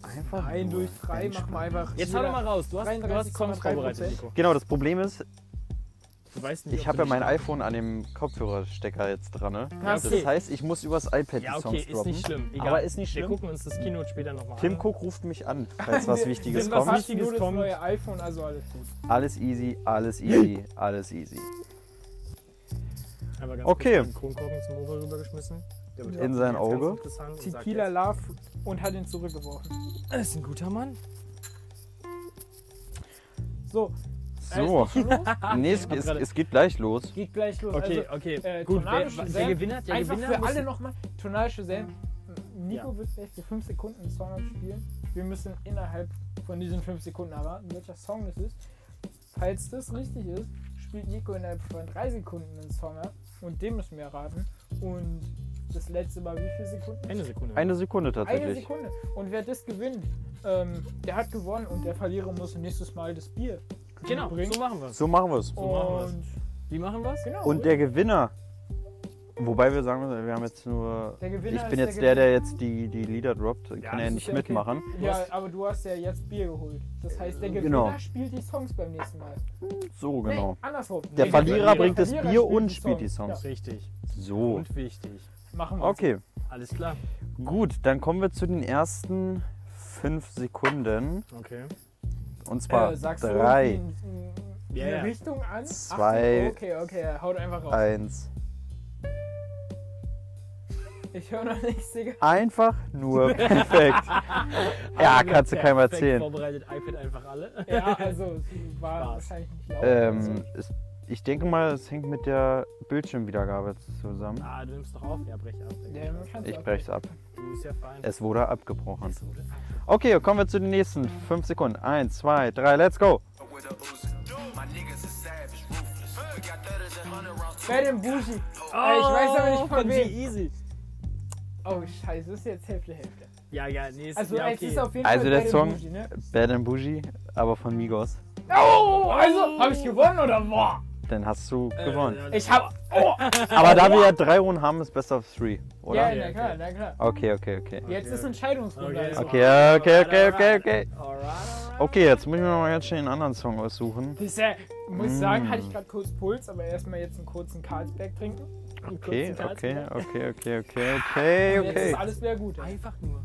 Einfach Ein nur durch drei entspannt. machen wir einfach. Jetzt hau jeder- doch mal raus. Du hast, du hast Songs 33,3%. vorbereitet, Nico. Genau, das Problem ist, Du weißt nicht, ich ob habe du ja dich- mein iPhone an dem Kopfhörerstecker jetzt dran. Ne? Ja, okay. Das heißt, ich muss übers iPad Ja, die okay, Songs ist droppen. nicht schlimm. Egal. Aber ist nicht schlimm. Wir gucken uns das Kino später nochmal an. Tim Cook ruft mich an, falls was Wichtiges Wenn was kommt. Wichtiges Wichtiges kommt. kommt. Das neue iPhone, also alles gut. Alles easy, alles easy, alles easy. Einmal ganz Okay. kurz den Kronkorken zum Ohr rübergeschmissen. Der wird In jetzt sein ganz Auge. interessant und sagt Tequila Love und hat ihn zurückgeworfen. jetzt, Das ist ein guter Mann. So, So, Äh, ist nicht schon los? nee, es, es, es geht gleich los. geht gleich los. Okay, also, okay. äh, Gut, Tornado wer, Shazam, der Gewinner, der einfach Gewinner für muss- alle nochmal. Tonal Shazam. Nico Ja. wird vielleicht für 5 Sekunden einen Song abspielen. Wir müssen innerhalb von diesen 5 Sekunden erwarten, welcher Song das ist. Falls das richtig ist, spielt Nico innerhalb von 3 Sekunden einen Song ab. Und den müssen wir erraten. Und das letzte Mal, wie viele Sekunden? Eine Sekunde. Eine Sekunde Eine tatsächlich. Sekunde. Und wer das gewinnt, ähm, der hat gewonnen. Und der Verlierer muss nächstes Mal das Bier genau, bringen. so machen wir es. So machen wir es. machen und Wie machen wir es? genau. Und der Gewinner, wobei wir sagen müssen, wir haben jetzt nur. Der Gewinner Ich bin ist jetzt der der, der jetzt die, die Lieder droppt. Kann das ja ist nicht ja okay. mitmachen. Ja, aber du hast ja jetzt Bier geholt. Das heißt, der Gewinner genau. spielt die Songs beim nächsten Mal. So, genau. Nee, andersrum. Der Nee, Verlierer der bringt das Bier und spielt die Songs. Richtig. So. Und wichtig. Ja, machen Äh, wir. Okay, Alles klar. gut, dann kommen wir zu den ersten fünf Sekunden. Okay. Und Äh, zwar sagst drei. du irgendwie in, in Ja, eine ja. Richtung an? Zwei. Ach so, okay, okay, haut einfach raus. Eins. Ich höre noch nichts, Digga. Einfach nur perfekt. ja, kannst du keinem Perfekt erzählen. Vorbereitet iPad einfach alle. Ja, also es war Spaß. wahrscheinlich nicht laut. Also, Also. Ähm, es, ich denke mal, es hängt mit der Bildschirmwiedergabe zusammen. Ah, du nimmst doch auf. Ja, brech ab. Digga. Ja, man kann's Ich auch brech's ab. Du bist ja fein. Es wurde abgebrochen. So, oder? Okay, kommen wir zu den nächsten fünf Sekunden. Eins, zwei, drei, let's go. With a Uzi. My niggas is savage, ruthless. We got thudders and hundred rounds. Bei dem Bougie. Äh, ich weiß aber nicht Oh, von, wem. G-Easy. Oh, scheiße, das ist jetzt Hälfte, Hälfte. Ja, ja, nee, ist, Also ja, es ist auf jeden Also Fall der bei dem Song- Bougie, ne? Bad and Bougie, aber von Migos. Oh, also, habe ich gewonnen oder boah? Dann hast du gewonnen. Äh, Ich hab... Oh! Aber da wir ja drei Runden haben, ist Best of Three, Ja, oder? na klar, na klar. Okay, okay, okay. Jetzt ist Entscheidungsrunde. Okay. Also. Okay. Okay, okay, okay, okay, okay. Oh. Alright, alright. Okay, jetzt muss ich mir noch mal ganz schnell einen anderen Song aussuchen. Ich sag- muss sagen, hatte ich gerade kurz Puls, aber erstmal jetzt einen kurzen Carlsberg trinken. Einen Okay, kurzen okay, Carlsberg. okay, okay, okay, okay, Jetzt ist okay. alles wieder gut. ey. Einfach nur.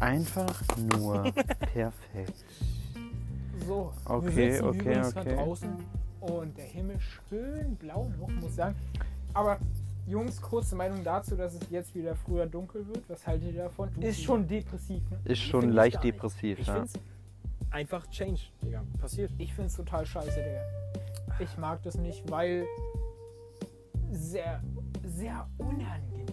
Einfach nur perfekt. So, Okay, wir sitzen okay, übrigens okay. gerade draußen und der Himmel schön blau noch, muss ich sagen. Aber Jungs, kurze Meinung dazu, dass es jetzt wieder früher dunkel wird. Was haltet ihr davon? Ist schon depressiv. Ne? Ist schon Find ich leicht gar nicht. depressiv, Ich ja. find's einfach Change, Digga. Passiert. Ich find's total scheiße, Digga. Ich mag das nicht, weil sehr, sehr unangenehm.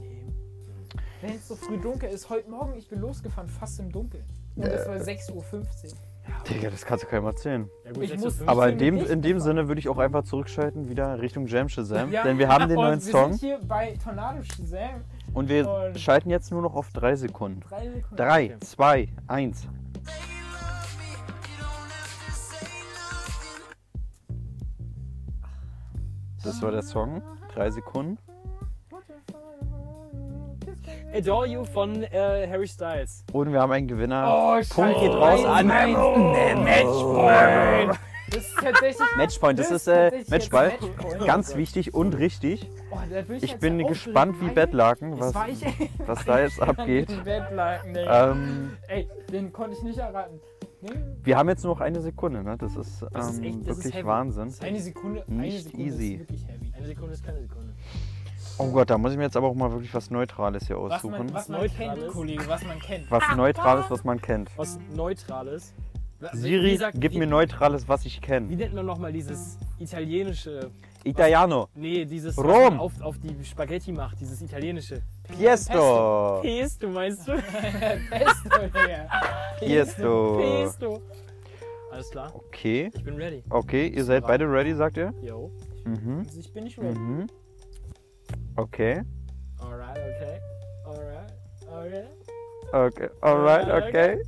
Wenn Äh, es so früh dunkel ist, heute Morgen, ich bin losgefahren, fast im Dunkeln. Und es war 6.15 Uhr. Digga, das kannst du keinem erzählen. Ja, gut, Ich muss- 56. Aber in finde dem, ich in dem super. Sinne würde ich auch einfach zurückschalten, wieder Richtung Jam Shazam. Ja, Denn wir haben den und neuen wir Song Sind hier Oh. bei Tornado Shazam. und wir und- schalten jetzt nur noch auf drei Sekunden. Drei Sekunden. Drei, zwei, eins. Das war der Song. Drei Sekunden. Adore You von äh, Harry Styles. Und wir haben einen Gewinner. Oh, Punkt geht raus an. Matchpoint. Das ist tatsächlich. Matchpoint, das Das ist äh, ist tatsächlich Matchball. jetzt Matchpoint. Ganz wichtig und richtig. Oh, da bin Ich jetzt bin ja auch gespannt wie schon Bettlaken, Das was, war ich ey. was da jetzt abgeht. Den Bettlaken, ey. Ähm, ey, den konnte ich nicht erraten. Den, wir haben jetzt nur noch eine Sekunde, ne? Das ist, ähm, ist echt- das ist wirklich heavy. Wahnsinn. eine Sekunde, eine Nicht Sekunde easy. ist wirklich heavy. Eine Sekunde ist keine Sekunde. Oh Gott, da muss ich mir jetzt aber auch mal wirklich was Neutrales hier Was aussuchen. man, was man Neutrales. kennt, Kollege, was man kennt. was Neutrales, was man kennt. Was Neutrales. Wie Siri, sagt- gib wie- mir Neutrales, was ich Wie kenne. nennt man nochmal dieses italienische. Italiano, Nee, dieses. Rom. was man Auf, auf die Spaghetti macht, dieses italienische. Piesto, Pesto, meinst du? Pesto, Digga. Piesto. Pesto. Alles klar, Okay, ich bin ready. okay, ihr seid beide ready, sagt ihr? Yo. Mhm, Also ich bin nicht ready. mhm. Okay, Alright, okay. Alright, alright. okay, alright, okay.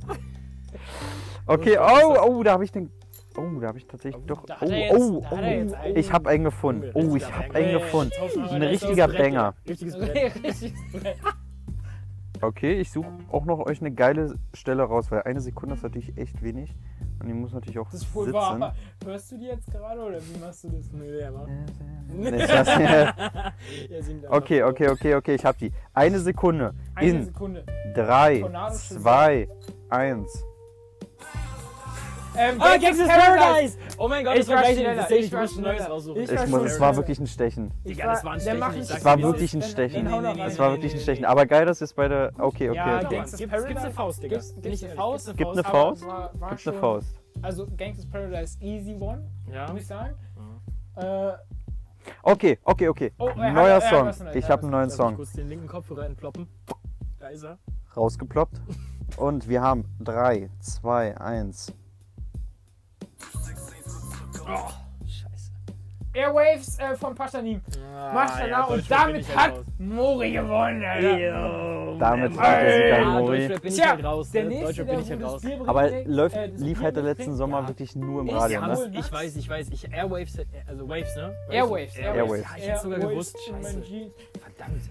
Okay, oh, oh, da habe ich den... Oh, da habe ich tatsächlich doch... Da hat Oh, er jetzt- oh, da hat er jetzt oh, einen- ich habe einen gefunden. Oh, ich habe einen gefunden. Oh, Ein richtiger Banger. Richtiges Brett. Richtig. Okay, ich suche auch noch euch eine geile Stelle raus, weil eine Sekunde ist natürlich echt wenig. Und die muss natürlich auch Das ist wohl sitzen. wahr. Hörst du die jetzt gerade oder wie machst du das? Nö, der war. Nee, ich lass- Er singt einfach okay, so. okay, okay, okay, ich hab die. Eine Sekunde. Eine In Sekunde. 3, Tornado schießt. 2, 1. Ähm, Ah, Gangsta's Gangsta's Paradise! Oh mein Gott, Ich ich war vergleiche schneller, das sehe ich ich war muss ein neues schneller. raussuchen. Ich Ich war muss, schon es war schneller. wirklich ein Stechen. Digga, das war ein Dann mach Stechen, ich- ich sag's Es war dir. wirklich ein Dann- Stechen. dann hau noch Es rein. war Nee, wirklich nee, ein nee, Stechen. Aber geil, dass ihr es beide. Okay, Ja, okay, doch. okay. Gangsta's Gibt's- Paradise. gibt's eine Faust, Digga. Gibt's, gibt's eine Faust? Gibt eine aber Faust? War, war Gibt's eine schon- Faust? Also Gangsta's Paradise easy one, Ja. muss ich sagen. Mhm. Äh, Okay, okay, okay. Oh, er hat- er Neuer hat was Song. Neues, er Ich hat habe einen neuen Lass mich Song. kurz den linken Kopfhörer entploppen. Da ist er. Rausgeploppt. Und wir haben 3, 2, 1. Oh, scheiße. Airwaves äh, von Paschanim. Mach danach Ah, ja, und Deutschrap damit bin ich halt hat raus. Mori gewonnen, Alter. Oh, Damit hat der Sieger Ja, Mori. Deutschrap bin ich Tja, halt raus. der ne? nächste, Deutschrap der bin wo ich halt das raus. Bier bringt, Aber der- läuft, äh, das lief Bier halt der bringt, letzten bringt- Sommer Ja. wirklich nur im Ist Radio, ja ne? wohl- Ich weiß, ich weiß, ich Airwaves, also Waves, ne? Airwaves, Airwaves. Ja, ich hätte sogar Airwaves gewusst. in meinen Scheiße. Jeans. Verdammt.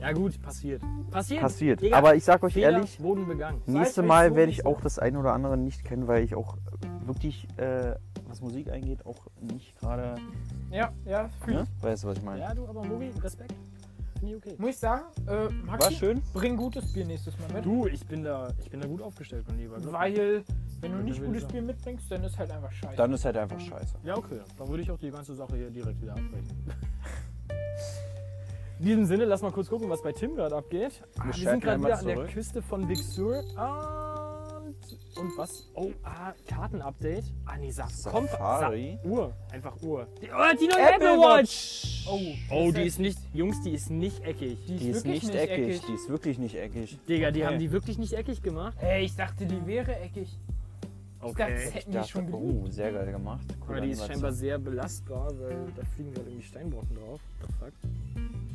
Ja gut, passiert. Passiert. Passiert. Digga, Aber ich sag euch Fehler, ehrlich, Boden begangen. Nächste euch Mal so werde ich nicht, auch das ein oder andere nicht kennen, weil ich auch wirklich, äh, was Musik eingeht, auch nicht gerade. Ja, ja, fühl Ne? Weißt du, was ich meine? Ja, du, aber Mori, Respekt. Finde ich okay. Muss ich sagen, äh, War Maxi, schön. bring gutes Bier nächstes Mal mit. Du, ich bin da, ich bin da gut aufgestellt, mein Lieber. Weil, wenn du Ja, nicht dann will gutes ich Bier mitbringst, dann ist halt einfach scheiße. Dann ist halt einfach scheiße. Ja, okay. Dann würde ich auch die ganze Sache hier direkt wieder abbrechen. In diesem Sinne, lass mal kurz gucken, was bei Tim gerade abgeht. Ah, wir schalten sind gerade einmal wieder an der zurück. Küste von Big Sur. Und, und was? Oh, ah, Kartenupdate. Ah, nee, Sa Komp- Safari. Sa Uhr. Einfach Uhr. Die, oh, die neue Apple Apple Watch! Oh, Oh, die halt- ist nicht, Jungs, die ist nicht eckig. Die, Die ist wirklich nicht nicht eckig. eckig. die ist wirklich nicht eckig. Digga, die Okay. haben die wirklich nicht eckig gemacht. Ey, ich dachte, die wäre eckig. Ich dachte, das hätten die Dachte, schon geübt. oh, sehr geil gemacht. Coole Aber die ist Animation. scheinbar sehr belastbar, weil da fliegen gerade irgendwie Steinbrocken drauf. What the fuck?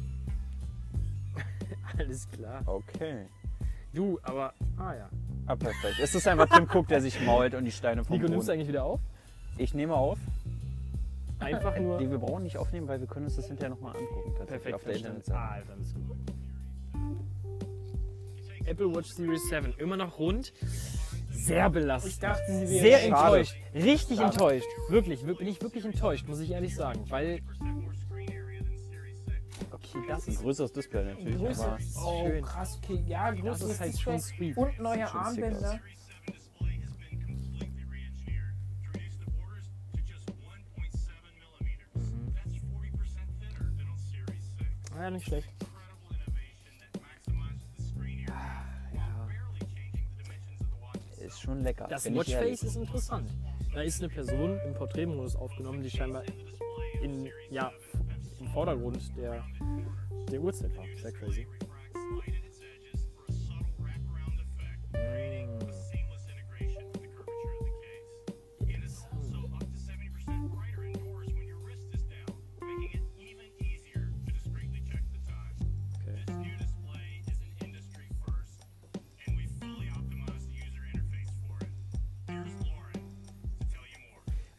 Alles klar. Okay. Du, aber. Ah ja. Ah, perfekt. Es ist einfach Tim Cook, der sich mault und die Steine vom Nico, nimmst du Boden. eigentlich wieder auf? Ich nehme auf. Einfach nur. Nee, wir brauchen nicht aufnehmen, weil wir können uns das hinterher nochmal angucken. tatsächlich Perfekt, Auf der verstanden. Internetseite. Ah, dann ist gut. Apple Watch Series 7, immer noch rund. Sehr Ich belastet. dachte, sie wäre Sehr eckig. enttäuscht. Richtig enttäuscht. Wirklich, wir- bin ich wirklich enttäuscht, muss ich ehrlich sagen. Weil. Okay, das Ein ist. größeres Display natürlich. Größer. Aber Oh, schön. krass, okay. Ja, größeres ist halt schon Display sweet. Und neue schon sick aus. Armbänder. Ja, nicht schlecht. ist schon lecker. Das bin ich ehrlich. Watchface ist interessant. Da ist eine Person im Porträtmodus aufgenommen, die scheinbar in, ja, im Vordergrund der, der Uhrzeit war. Sehr crazy.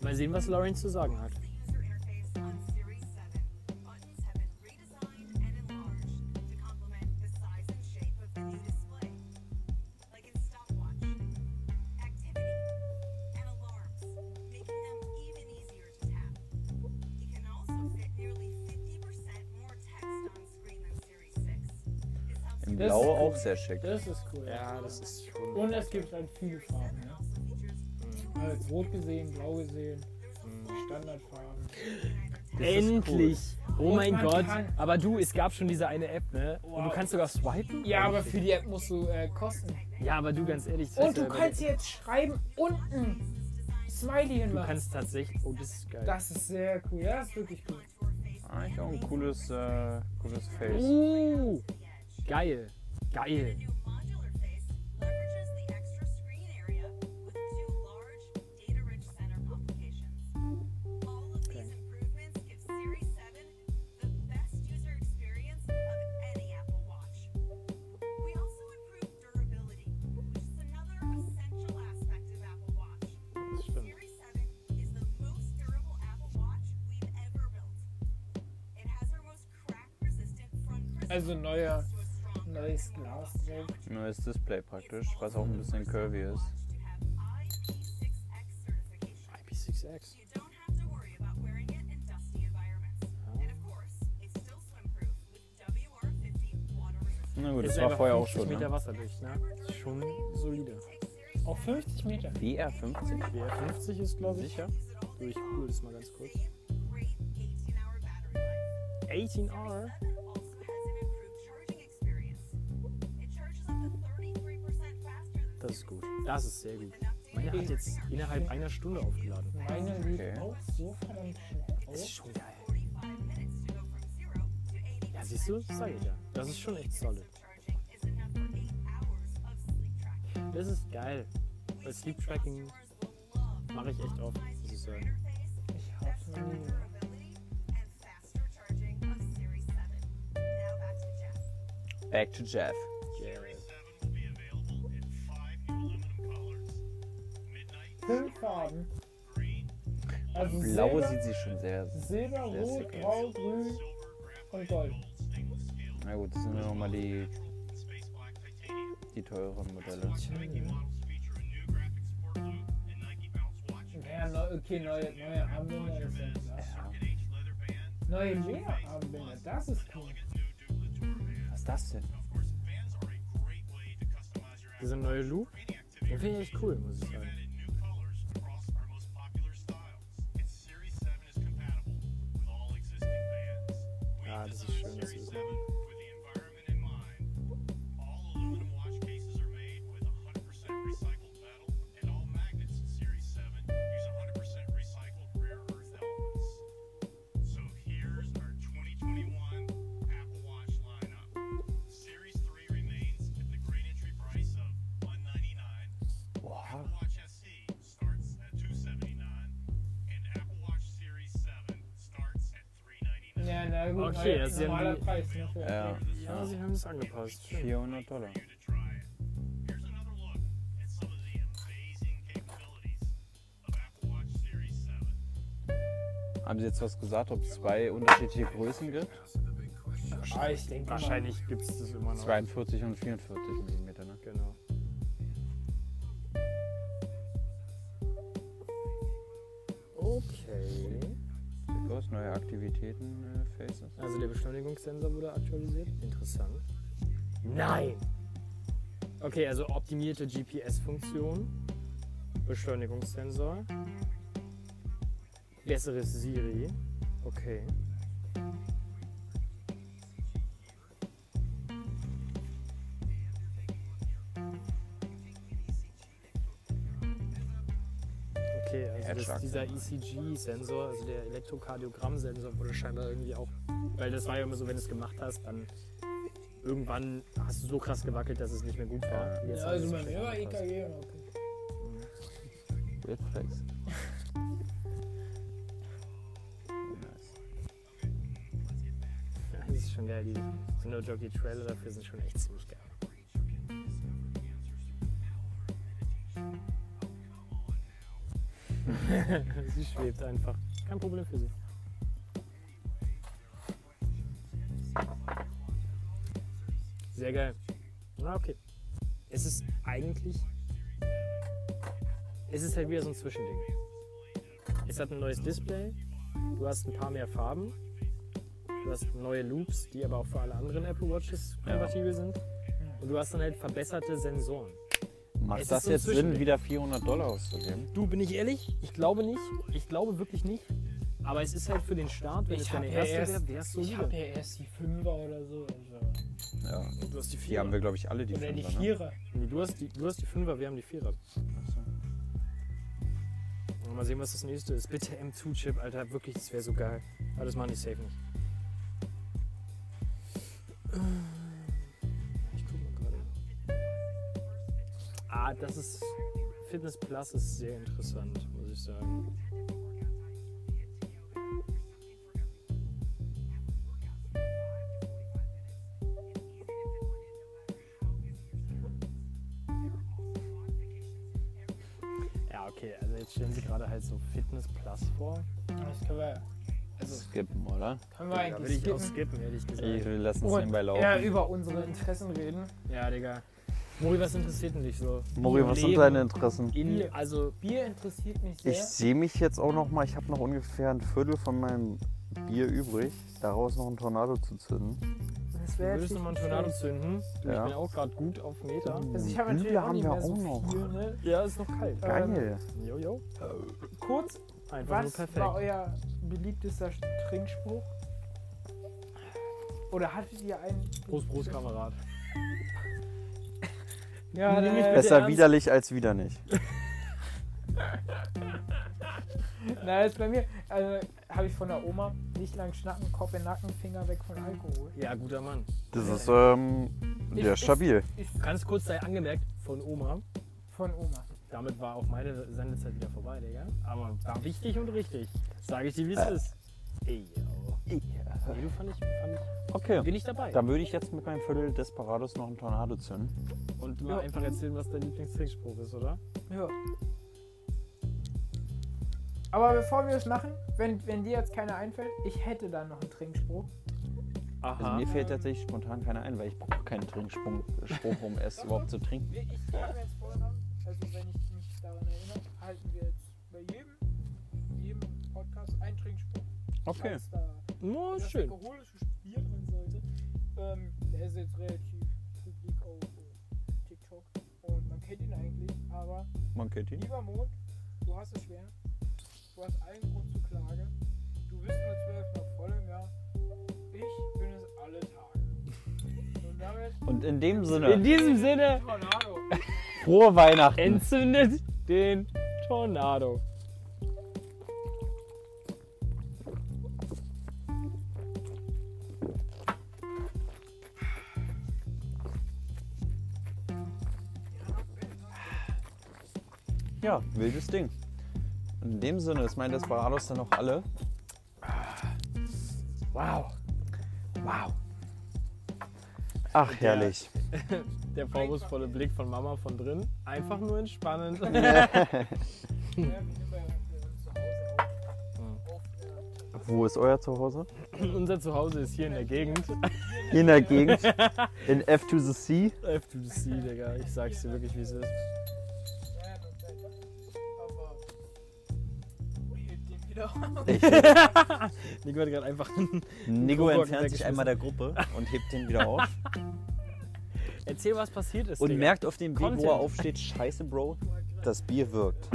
Mal sehen, was Lauren zu sagen hat. The user interface on Series 7. Buttons have been redesigned and enlarged to complement the size and shape of the new display. Like in stopwatch, activity, and alarms, making them even easier to tap. It can also fit nearly 50% more text on screen than Series 6. This helps Im Das- Blau auch sehr schick. Das ist cool. Ja, das ist schon. Und es gibt halt viele Farben. Ne? also features Also Mhm. rot gesehen, blau gesehen, Standardfarben. Endlich! Oh Und mein man Gott! kann- Aber du, es gab schon diese eine App, ne? Und du Wow. kannst sogar swipen? Ja, aber für die App musst du äh, kosten. Ja, aber du ganz ehrlich. das Und hast du ja kannst überlegt. jetzt schreiben unten Smiley Du hinmachen. kannst tatsächlich. Oh, das ist geil. Das ist sehr cool. Ja, das ist wirklich cool. Eigentlich Ah, auch ein cooles, äh, cooles Face. Uh, geil. Geil. new modular face leverages the extra screen area with two large data-rich center publications. All of these improvements give Series 7 the best user experience of any Apple Watch. We also improved durability, which is another essential aspect of Apple Watch. Oh. Series 7 is the most durable Apple Watch we've ever built. It has our most crack-resistant front crystal. Also neuer, to a strong neues Glas drauf. Mhm. Neues Display praktisch, was auch ein bisschen curvy ist. to have IP6X certification. IP6X. You don't have to worry about wearing it in dusty environments. And of course, it's still swim-proof with WR50 water resistance. Na gut, Ist das war einfach vorher auch 50 schon. Meter Ne? wasserdicht, ne? Schon solide. Take series Auf 50 Meter. BR50? WR50 ist, glaube ich. Sicher? use So, it all day ich long. google das mal ganz kurz. Same great 18-hour battery 18R. life. 7 also has an improved charging experience. It charges up to 33% faster than Das ist Series gut. Das ist sehr gut. with an updated Meine hat charging jetzt innerhalb einer Stunde aufgeladen. Meine sieht Okay. auch so verdammt schnell Das ist aus. schon geil. 45 minutes to go from 0 to 80%. Ja, siehst du? Sag ich ja. Das ist schon echt solid. Das ist geil. Weil Sleep Tracking mache ich echt oft, muss ich sagen. Ich hab's noch nie. Back to Jeff. Jared. will be available in five new aluminum colors. Midnight, Fünf Farben. green, Also Blau Silber, sieht sie schon sehr. Silber, sehr Rot, sick aus. Grau, Grün. silver, graphite, Und Gold. gold, stainless steel, Na gut, das sind ja nochmal die, natural, and space black titanium. die teureren Modelle. Nike models feature a new graphic sport loop and Nike Bounce watch. Ja, neu, okay, neue, neue Armbänder. Das ist ja klar. Circuit H leather band, Neue Lederarmbänder. Das ist cool. elegant new duplicator band. Was ist das denn? Of course, bands are a great way to customize your Diese neue Loop, activity activity. den finde ich echt cool, muss ich We've sagen. added new colors across our most popular styles. And Series 7 is compatible with all existing bands. We've Ah, das ist designed schön, das Series ist- 7 with the environment in mind. All aluminum watch cases are made with 100% recycled metal, and all magnets in Series 7 use 100% recycled rare earth elements. So here's our 2021 Apple Watch lineup. Series 3 remains at the great entry price of 199 Boah, Apple Watch SE starts at 279 and Apple Watch Series 7 starts at 399. Ja, na gut. Okay, neuer- das ist ja normaler nie- Preis. Ne, für Ja. Ja, sie haben es angepasst. Schön. 400 Dollar. For you to try it. Here's another look at some of the amazing capabilities of Apple Watch Series 7. Haben Sie jetzt was gesagt, ob es zwei unterschiedliche Größen gibt? Ah, ich denke mal. Wahrscheinlich gibt es das immer noch. 42 und 44 Millimeter, ne? Genau. Okay. Sieht aus, neue Aktivitäten, äh, Faces. Also der Beschleunigungssensor wurde aktualisiert. Interessant. Nein! Okay, also optimierte GPS-Funktion, Beschleunigungssensor, besseres Siri. Okay. Okay, also das, Herzschlag. dieser ECG-Sensor, also der Elektrokardiogramm-Sensor wurde scheinbar irgendwie auch, weil das war ja immer so, wenn du es gemacht hast, dann irgendwann hast du so krass gewackelt, dass es nicht mehr gut war. Und Ja, jetzt haben also sie es bei mir war wahrscheinlich angepasst. EKG. immer okay. Weird Flex. Ja, das ist schon geil. Die so No Jockey Trailer dafür sind schon echt ziemlich geil. Sie schwebt einfach. Kein Problem für sie. Sehr geil. Na, okay. Es ist eigentlich. Es ist halt wieder so ein Zwischending. Es hat ein neues Display. Du hast ein paar mehr Farben. Du hast neue Loops, die aber auch für alle anderen Apple Watches kompatibel sind. Und du hast dann halt verbesserte Sensoren. Macht Es ist das so ein jetzt Sinn, Zwischending. wieder 400 Dollar auszugeben? Du, bin ich ehrlich? Ich glaube nicht. Ich glaube wirklich nicht. Aber es ist halt für den Start, wenn es Ich deine habe ja erste wäre, erst, wär's so ich hab ja erst die Fünfer oder so. Also. Ja. Du hast die Die Vierer. haben wir, glaube ich, alle, die Oder die Fünfer, ne? Vierer. nee, du, hast die, du hast die Fünfer, wir haben die Vierer. Also, Mal sehen, was das nächste ist. Bitte M2-Chip, Alter, wirklich, das wäre so geil. Aber das machen die safe nicht. Ich guck mal gerade. Ah, das ist. Fitness Plus ist sehr interessant, muss ich sagen. Ja, okay, also jetzt stellen sie gerade halt so Fitness Plus vor. Das können wir, also, Skippen, oder? können wir Da will eigentlich ich auch skippen. skippen, ehrlich Ich gesagt. will lassen es und nebenbei laufen. eher über unsere Interessen reden. Ja, Digga. Mori, was interessiert denn dich so? Mori, was sind Leben deine Interessen? In, also, Bier interessiert mich sehr. Ich sehe mich jetzt auch noch mal. Ich habe noch ungefähr ein Viertel von meinem Bier übrig, daraus noch einen Tornado zu zünden. das du wär würdest jetzt nochmal einen nicht Tornado schlecht. zünden. Du, Ja. Ich bin auch gerade gut auf Meter. Also ich habe Bier natürlich auch haben nicht wir mehr so auch noch. viel. Ne? Ja, ist noch kalt. Geil. Jojo. Kurz, Ähm, Einfach was nur war perfekt. euer beliebtester Trinkspruch? Oder hattet ihr einen? Prost, Prost, Kamerad. Ja, Nimm mich nein, bitte. Besser Ernst? widerlich als wieder nicht. Na, jetzt bei mir also, habe ich von der Oma nicht lang schnacken, Kopf in den Nacken, Finger weg von Alkohol. Ja, guter Mann. Äh, Das ist ähm, Ich- der ich- stabil. Du kannst kurz sei angemerkt von Oma. Von Oma. Damit war auch meine Sendezeit wieder vorbei, Digga. Aber war wichtig und richtig. Sage ich dir, wie Äh. es ist. Ey, yo. Nee, du fand ich, fand ich. Okay. Bin ich dabei. Dann würde ich jetzt mit meinem Viertel Desperados noch einen Tornado zünden. Und mal Ja. einfach erzählen, was dein Lieblingstrinkspruch ist, oder? Ja. Aber bevor wir das machen, wenn, wenn dir jetzt keiner einfällt, ich hätte dann noch einen Trinkspruch. Also mir fällt tatsächlich spontan keiner ein, weil ich brauche keinen Trinksprung, Spruch, um es überhaupt zu trinken. Ich habe jetzt vorgenommen, also wenn ich mich daran erinnere, halten wir jetzt bei jedem, jedem Podcast einen Trinkspruch. Okay. Falls da Nur das schön. alkoholische Bier drin sollte. Ähm, der ist jetzt relativ publik auf äh, TikTok und man kennt ihn eigentlich, aber Man kennt ihn. Lieber Mond, du hast es schwer. Du hast allen Grund zur Klage. Du bist nur zwölfmal voll im Jahr. Ich bin es alle Tage. Und damit Äh, Und in dem In Sinne, diesem Sinne, Tornado. frohe Weihnachten. entzündet den Tornado. Ja, wildes Ding. In dem Sinne ist mein Desperados dann noch alle. Wow. Wow. Ach, herrlich. Der vorwurfsvolle Blick von Mama von drin. Einfach nur entspannend. Ja, wir nehmen bei uns zu Hause auf. Auf der Wo ist euer Zuhause? Unser Zuhause ist hier in der Gegend. Hier in der Gegend. In F to the Sea. FTC, Digga. Ich sag's dir wirklich, wie es ist. Kleinen und der- Aber. hebt den wieder auf. Nico hat gerade einfach. Nico Kuckuck entfernt sich weggeschmissen. einmal der Gruppe und hebt den wieder auf. Erzähl, was passiert ist. Und Digga. merkt auf dem Weg, wo Content. er aufsteht, scheiße, Bro, das Bier wirkt.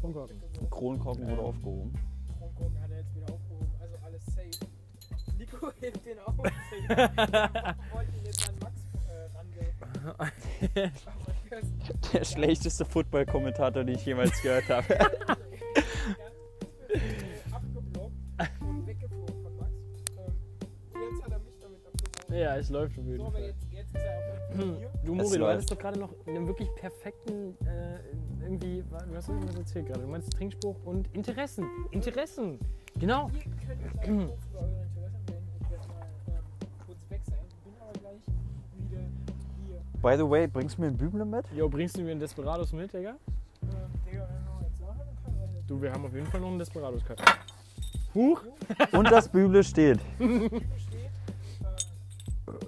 Kronkorken. Kronkorken wurde aufgehoben. Hongkong hat er jetzt wieder aufgehoben, also alles safe. Nico hebt den auf. Ich wollte ihn jetzt an Max äh, ranwerfen. Aber der ist Der schlechteste Football-Kommentator, den ich jemals gehört habe. abgeblockt und weggeflogen von Max. Ähm, jetzt hat er mich damit abgeworfen. Ja, es läuft auf So, jeden aber Fall. jetzt, jetzt ist er auf jeden Fall hier. Du, Es Mori, du läuft. hattest doch gerade noch einen wirklich perfekten, äh, irgendwie, du hast irgendwas erzählt gerade. Du meinst Trinkspruch und Interessen. Interessen. Genau. Ihr könnt gleich kurz über eure Interessen reden. Ich werde mal ähm, kurz weg sein. Bin aber gleich wieder hier. Ähm, By the way, bringst du mir ein Büble mit? Jo, bringst du mir einen Desperados mit, Digga? Ähm, Digga, wenn wir jetzt nachher, dann können wir Du, wir haben auf jeden Fall noch einen desperados kaffee Huch! Und das Büble steht. ähm,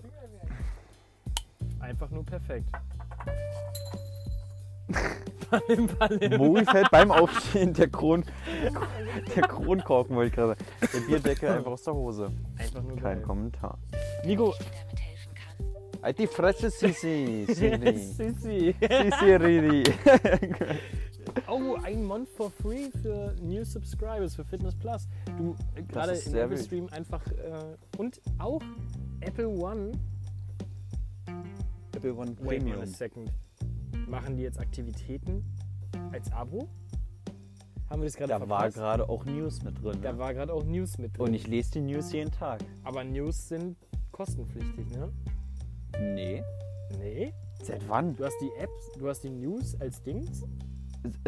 Einfach nur perfekt. Palim, palim. Mogi fällt beim Aufstehen der Kron. Der Kronkorken wollte ich gerade. sagen. Der Bierdeckel einfach aus der Hose. Einfach nur Kein geil. Kommentar. Nico, Halt die Fresse, Sisi. Siri. Sissi. Sisi Riri. Oh, ein Month for free für New Subscribers, für Fitness Plus. Du, äh, gerade ist im sehr Apple wild. Stream einfach. Äh, und auch Apple One. Apple One Wait Premium. one a second. Machen die jetzt Aktivitäten als Abo? Haben wir das gerade Da war verpasst? gerade auch News mit drin. da Ne? war gerade auch News mit drin. Und ich lese die News jeden Tag. Aber News sind kostenpflichtig, ne? Nee. Nee. Seit wann? Du hast die Apps, du hast die News als Dings.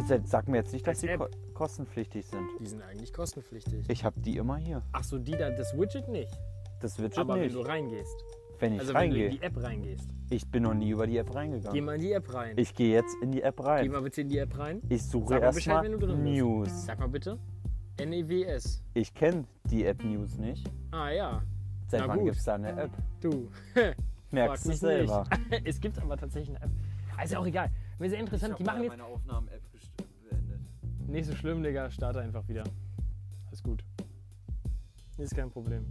Seit, sag mir jetzt nicht, dass Als die App. ko kostenpflichtig sind. Die sind eigentlich kostenpflichtig. Ich habe die immer hier. Ach so, die da, das Widget nicht. Das Widget Aber nicht. wenn du reingehst. Wenn ich Also wenn du reingehe. in die App reingehst. Ich bin noch nie über die App Geh reingegangen. mal in die App rein. Ich gehe jetzt in die App Geh rein. mal bitte in die App rein. Ich suche Sag mal Bescheid, erstmal wenn du drin bist. News. Sag mal bitte. NEWS. Ich kenne die App News nicht. Ah ja, Seit Na wann gut. gibt es da eine App? du. Merkst du mich selber. Nicht. Es gibt aber tatsächlich eine App. Also auch egal. Mir ist ja interessant, die machen jetzt. meine Aufnahmen-App beendet. Nicht so schlimm, Digga. Starte einfach wieder. Ist gut. Ist kein Problem.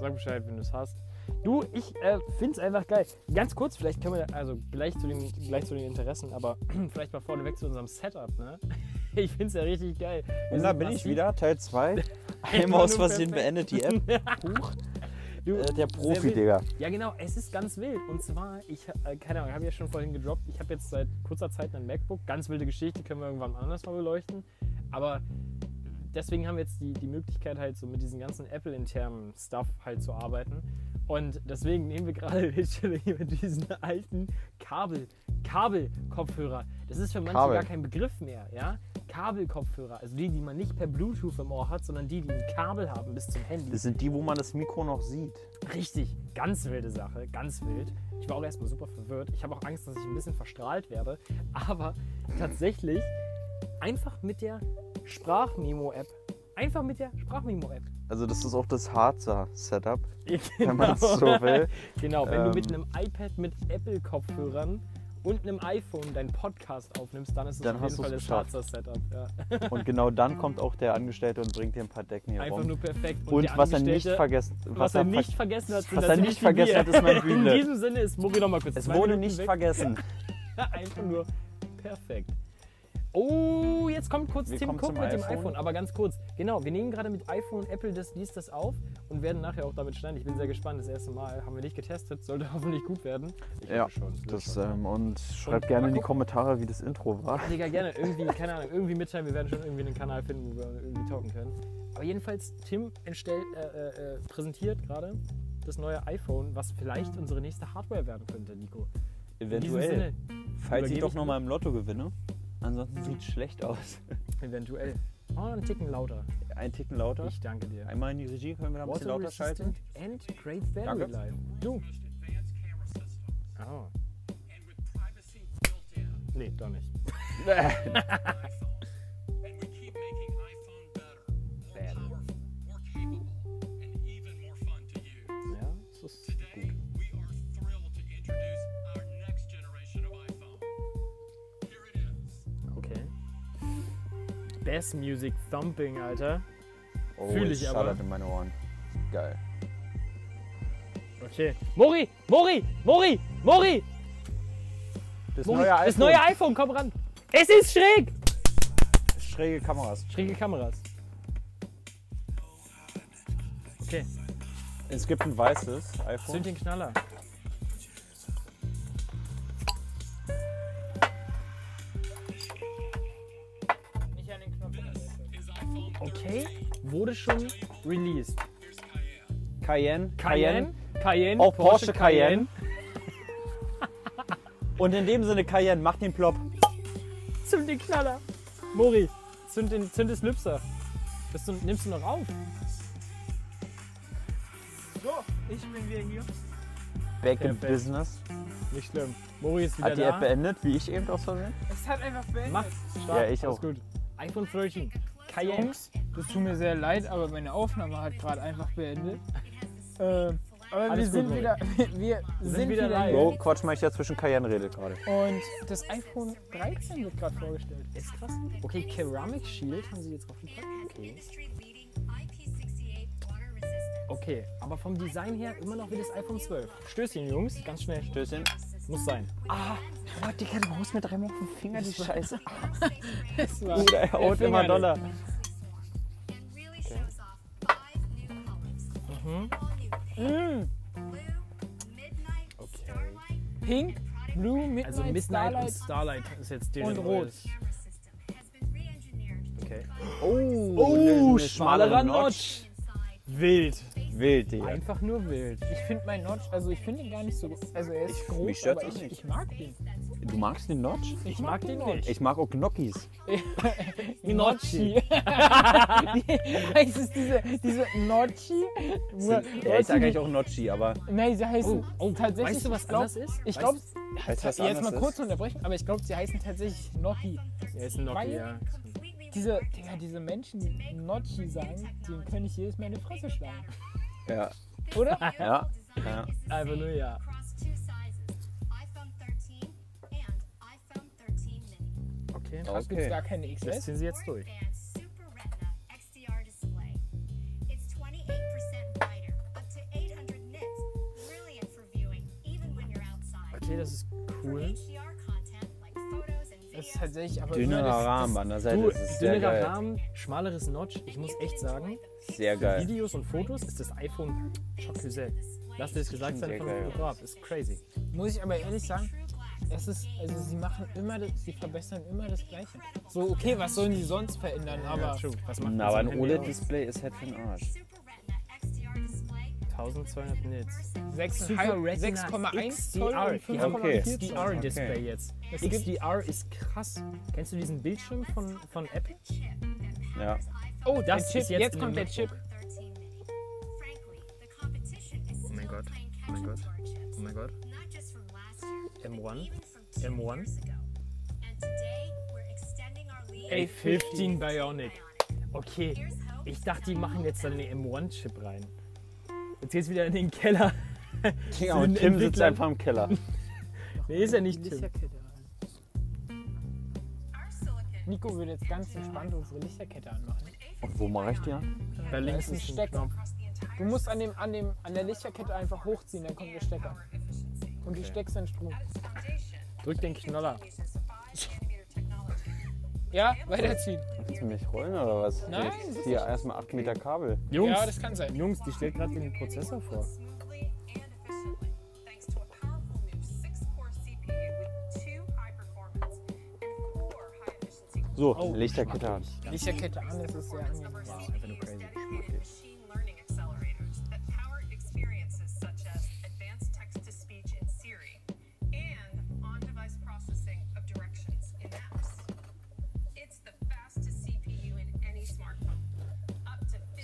Sag Bescheid, wenn du es hast. Du, ich äh, find's einfach geil. Ganz kurz, vielleicht können wir, also gleich zu den, gleich zu den Interessen, aber vielleicht mal vorneweg zu unserem Setup, ne? Ich find's ja richtig geil. Wir Und da sind bin ich massiv- wieder, Teil 2. Immer Einmal aus nur Versehen perfekt. beendet die App. Du, Äh, der sehr Profi, wild. Digga. Ja, genau, es ist ganz wild. Und zwar, ich, äh, keine Ahnung, habe ich ja schon vorhin gedroppt, ich habe jetzt seit kurzer Zeit ein MacBook. Ganz wilde Geschichte, können wir irgendwann anders mal beleuchten. Aber deswegen haben wir jetzt die, die Möglichkeit, halt so mit diesem ganzen Apple-internen Stuff halt zu arbeiten. Und deswegen nehmen wir gerade literally hier mit diesen alten Kabel, Kabel-Kopfhörer. Das ist für manche Kabel. gar kein Begriff mehr, ja? Kabel-Kopfhörer, also die, die man nicht per Bluetooth im Ohr hat, sondern die, die ein Kabel haben bis zum Handy. Das sind die, wo man das Mikro noch sieht. Richtig, ganz wilde Sache, ganz wild. Ich war auch erstmal super verwirrt. Ich habe auch Angst, dass ich ein bisschen verstrahlt werde. Aber tatsächlich einfach mit der Sprachmemo-App. Einfach mit der Sprachmemo-App. Also das ist auch das Harzer-Setup, wenn Genau. man es so will. Genau, wenn du mit Ähm. einem iPad mit Apple-Kopfhörern und einem iPhone deinen Podcast aufnimmst, dann ist es Dann auf hast jeden Fall das du's geschafft. Schwarzer Setup. Ja. Und genau dann kommt auch der Angestellte und bringt dir ein paar Decken hier Einfach rum. nur perfekt. und der was er nicht Angestellte- vergessen was er nicht ver- vergessen hat, sind was er natürlich nicht die vergessen Bier. hat, ist mein In Büble. diesem Sinne ist Mori noch mal kurz. Es zwei wurde Minuten nicht weg. vergessen. Einfach nur perfekt. Oh, jetzt kommt kurz Wir Tim kommen Cook zum mit dem iPhone. iPhone, aber ganz kurz. Genau, wir nehmen gerade mit iPhone und Apple das, dies, das auf und werden nachher auch damit schneiden. Ich bin sehr gespannt. Das erste Mal haben wir nicht getestet, sollte hoffentlich gut werden. Ich Ja, hoffe schon, es wird Das, schon. ähm, und schreibt mal gerne in die gucken. Kommentare, wie das Intro war. Digga, gerne. Irgendwie, keine Ahnung, irgendwie mitteilen. Wir werden schon irgendwie einen Kanal finden, wo wir irgendwie talken können. Aber jedenfalls, Tim entstellt, äh, äh, äh, präsentiert gerade das neue iPhone, was vielleicht unsere nächste Hardware werden könnte, Nico. In diesem Sinne, Falls übergebe ich doch ich nochmal im Lotto gewinne. Ansonsten sieht es schlecht aus. eventuell. Oh, einen Ticken lauter. Ein Ticken lauter. Ich danke dir. Einmal in die Regie, können wir da ein bisschen lauter schalten? Water-resistant and great value Danke. life. Du. Most advanced camera system. Oh. And with privacy built in, Nee, doch nicht. iPhone. And we keep making iPhone better, more powerful, more capable, and even more fun to use. Ja, es ist Today, we are thrilled to introduce our next generation of iPhone. Here it is. okay. Bass Music Thumping, Alter. Oh, Fühl es ich aber. schallert in meine Ohren. Geil. Okay. Mori, Mori, Mori, Mori, Das Mori. Das neue iPhone, komm ran. Es ist schräg. Schräge Kameras. Schräge Kameras. Okay, Es gibt ein weißes iPhone. zünd den Knaller. Nicht an den Knopf. Is iPhone Okay, wurde schon released. Here's Cayenne. Cayenne. Cayenne, Cayenne, Auch Porsche Cayenne. Und in dem Sinne, Cayenne, mach den Plop. Zünd den Knaller. Mori, zünd, den, zünd das Lipser. Bist du, nimmst du noch auf? So, ich bin wieder hier. back in Perfekt. business. Nicht schlimm. Mori ist wieder Hat die App da. beendet, wie ich eben aus Versehen? Es hat einfach beendet. Max, stark. Ja, ich Alles auch. gut. iPhone 13. Cayenne. Jungs, das tut mir sehr leid, aber meine Aufnahme hat gerade einfach beendet. Ähm, aber Alles wir sind, gut, wieder, wir sind wieder wieder live. live. So, Quatsch mal ich dazwischen, Cayenne redet gerade. Und das iPhone 13 wird gerade vorgestellt. Ist krass. Okay, Ceramic Shield haben sie jetzt draufgepackt. Okay. Okay, aber vom Design her immer noch wie das iPhone 12. Stößchen, Jungs. Ganz schnell. Stößchen. Muss sein. Oh, Digga, du haust mir dreimal auf den Finger, die Scheiße. Das war Bruder, er Oh, haut Finger immer nicht. doller. Pink, Blue, Midnight, Also Midnight Starlight. und Starlight ist jetzt deren Und Rot. neues. Okay. Oh, schmalerer Notch. Wild. Wild, Digga. Einfach nur wild. Ich finde meinen Notch, also ich finde ihn gar nicht so, also er ist Ich- groß, mich stört's aber auch ich, nicht. ich mag den. Du magst den Notch? Ich mag den nicht. Ich mag auch Gnocchis. Notchi. heißt es diese, diese Notchi? Nur Ja, ich Notchi, sage die- eigentlich auch Notchi, aber Nein, sie heißen oh, tatsächlich. weißt du, was ich glaub, anders ist? Ich Weißt- glaube, weißt du, jetzt was mal anders kurz ist? unterbrechen, aber ich glaube, sie heißen tatsächlich Nochi. Er ist ein Nokia. Weil- Diese, Digga, diese Menschen, die Notchi sagen, denen könnte ich jedes Mal in die Fresse schlagen. Ja. Oder? Ja. ja. Einfach nur ja. Okay. Es gibt gar keine Das XS. ziehen sie jetzt durch. Okay, das ist cool. Das ist tatsächlich, aber nur Dünnerer das, Rahmen an der Seite. Du, das ist sehr dünnerer geil. Rahmen, schmaleres Notch. Ich muss echt sagen, Sehr für geil. Videos und Fotos ist das iPhone Chocuzel. Lass dir das gesagt sein Sehr von geil. einem Fotograf. Ist crazy. muss ich aber ehrlich sagen, es ist, also sie machen immer, das, sie verbessern immer das Gleiche. So, okay, was sollen die sonst verändern, aber true. Was macht Na, das aber am ein Handy aus? OLED-Display ist halt für den Arsch. 1200 Nits. 6,5 6,1 Zoll XDR. und Die haben 5,4 Zoll. XDR-Display jetzt. XDR ist krass. Kennst du diesen Bildschirm von, von Apple? Ja. Oh, das der Chip, ist jetzt in kommt dem der Chip. Oh mein Gott, oh mein Gott, oh mein Gott. M1, M1, M1. M1. A15 Bionic. Okay, ich dachte, die machen jetzt dann den M1-Chip rein. Jetzt geht's wieder in den Keller. Digga, Zu den und Tim sitzt Entwicklern. einfach im Keller. Nee, ist ja nicht Tim. Nico würde jetzt ganz entspannt unsere Lichterkette anmachen. Und wo mache ich die an? Da links ist ein ist ein Stecker. Knopf. Du musst an, dem, an, dem, an der Lichterkette einfach hochziehen, dann kommt der Stecker. Und du steckst den Strom. Drück den Knoller. Ja, weiterziehen. Willst du mich rollen oder was? Nein, Hier- das ist Hier erstmal 8 Meter Kabel. Jungs, Ja, das kann sein. Jungs, die stellt gerade den Prozessor vor. So, Oh, Lichterkette an. Lichterkette an, das ist sehr angenehm.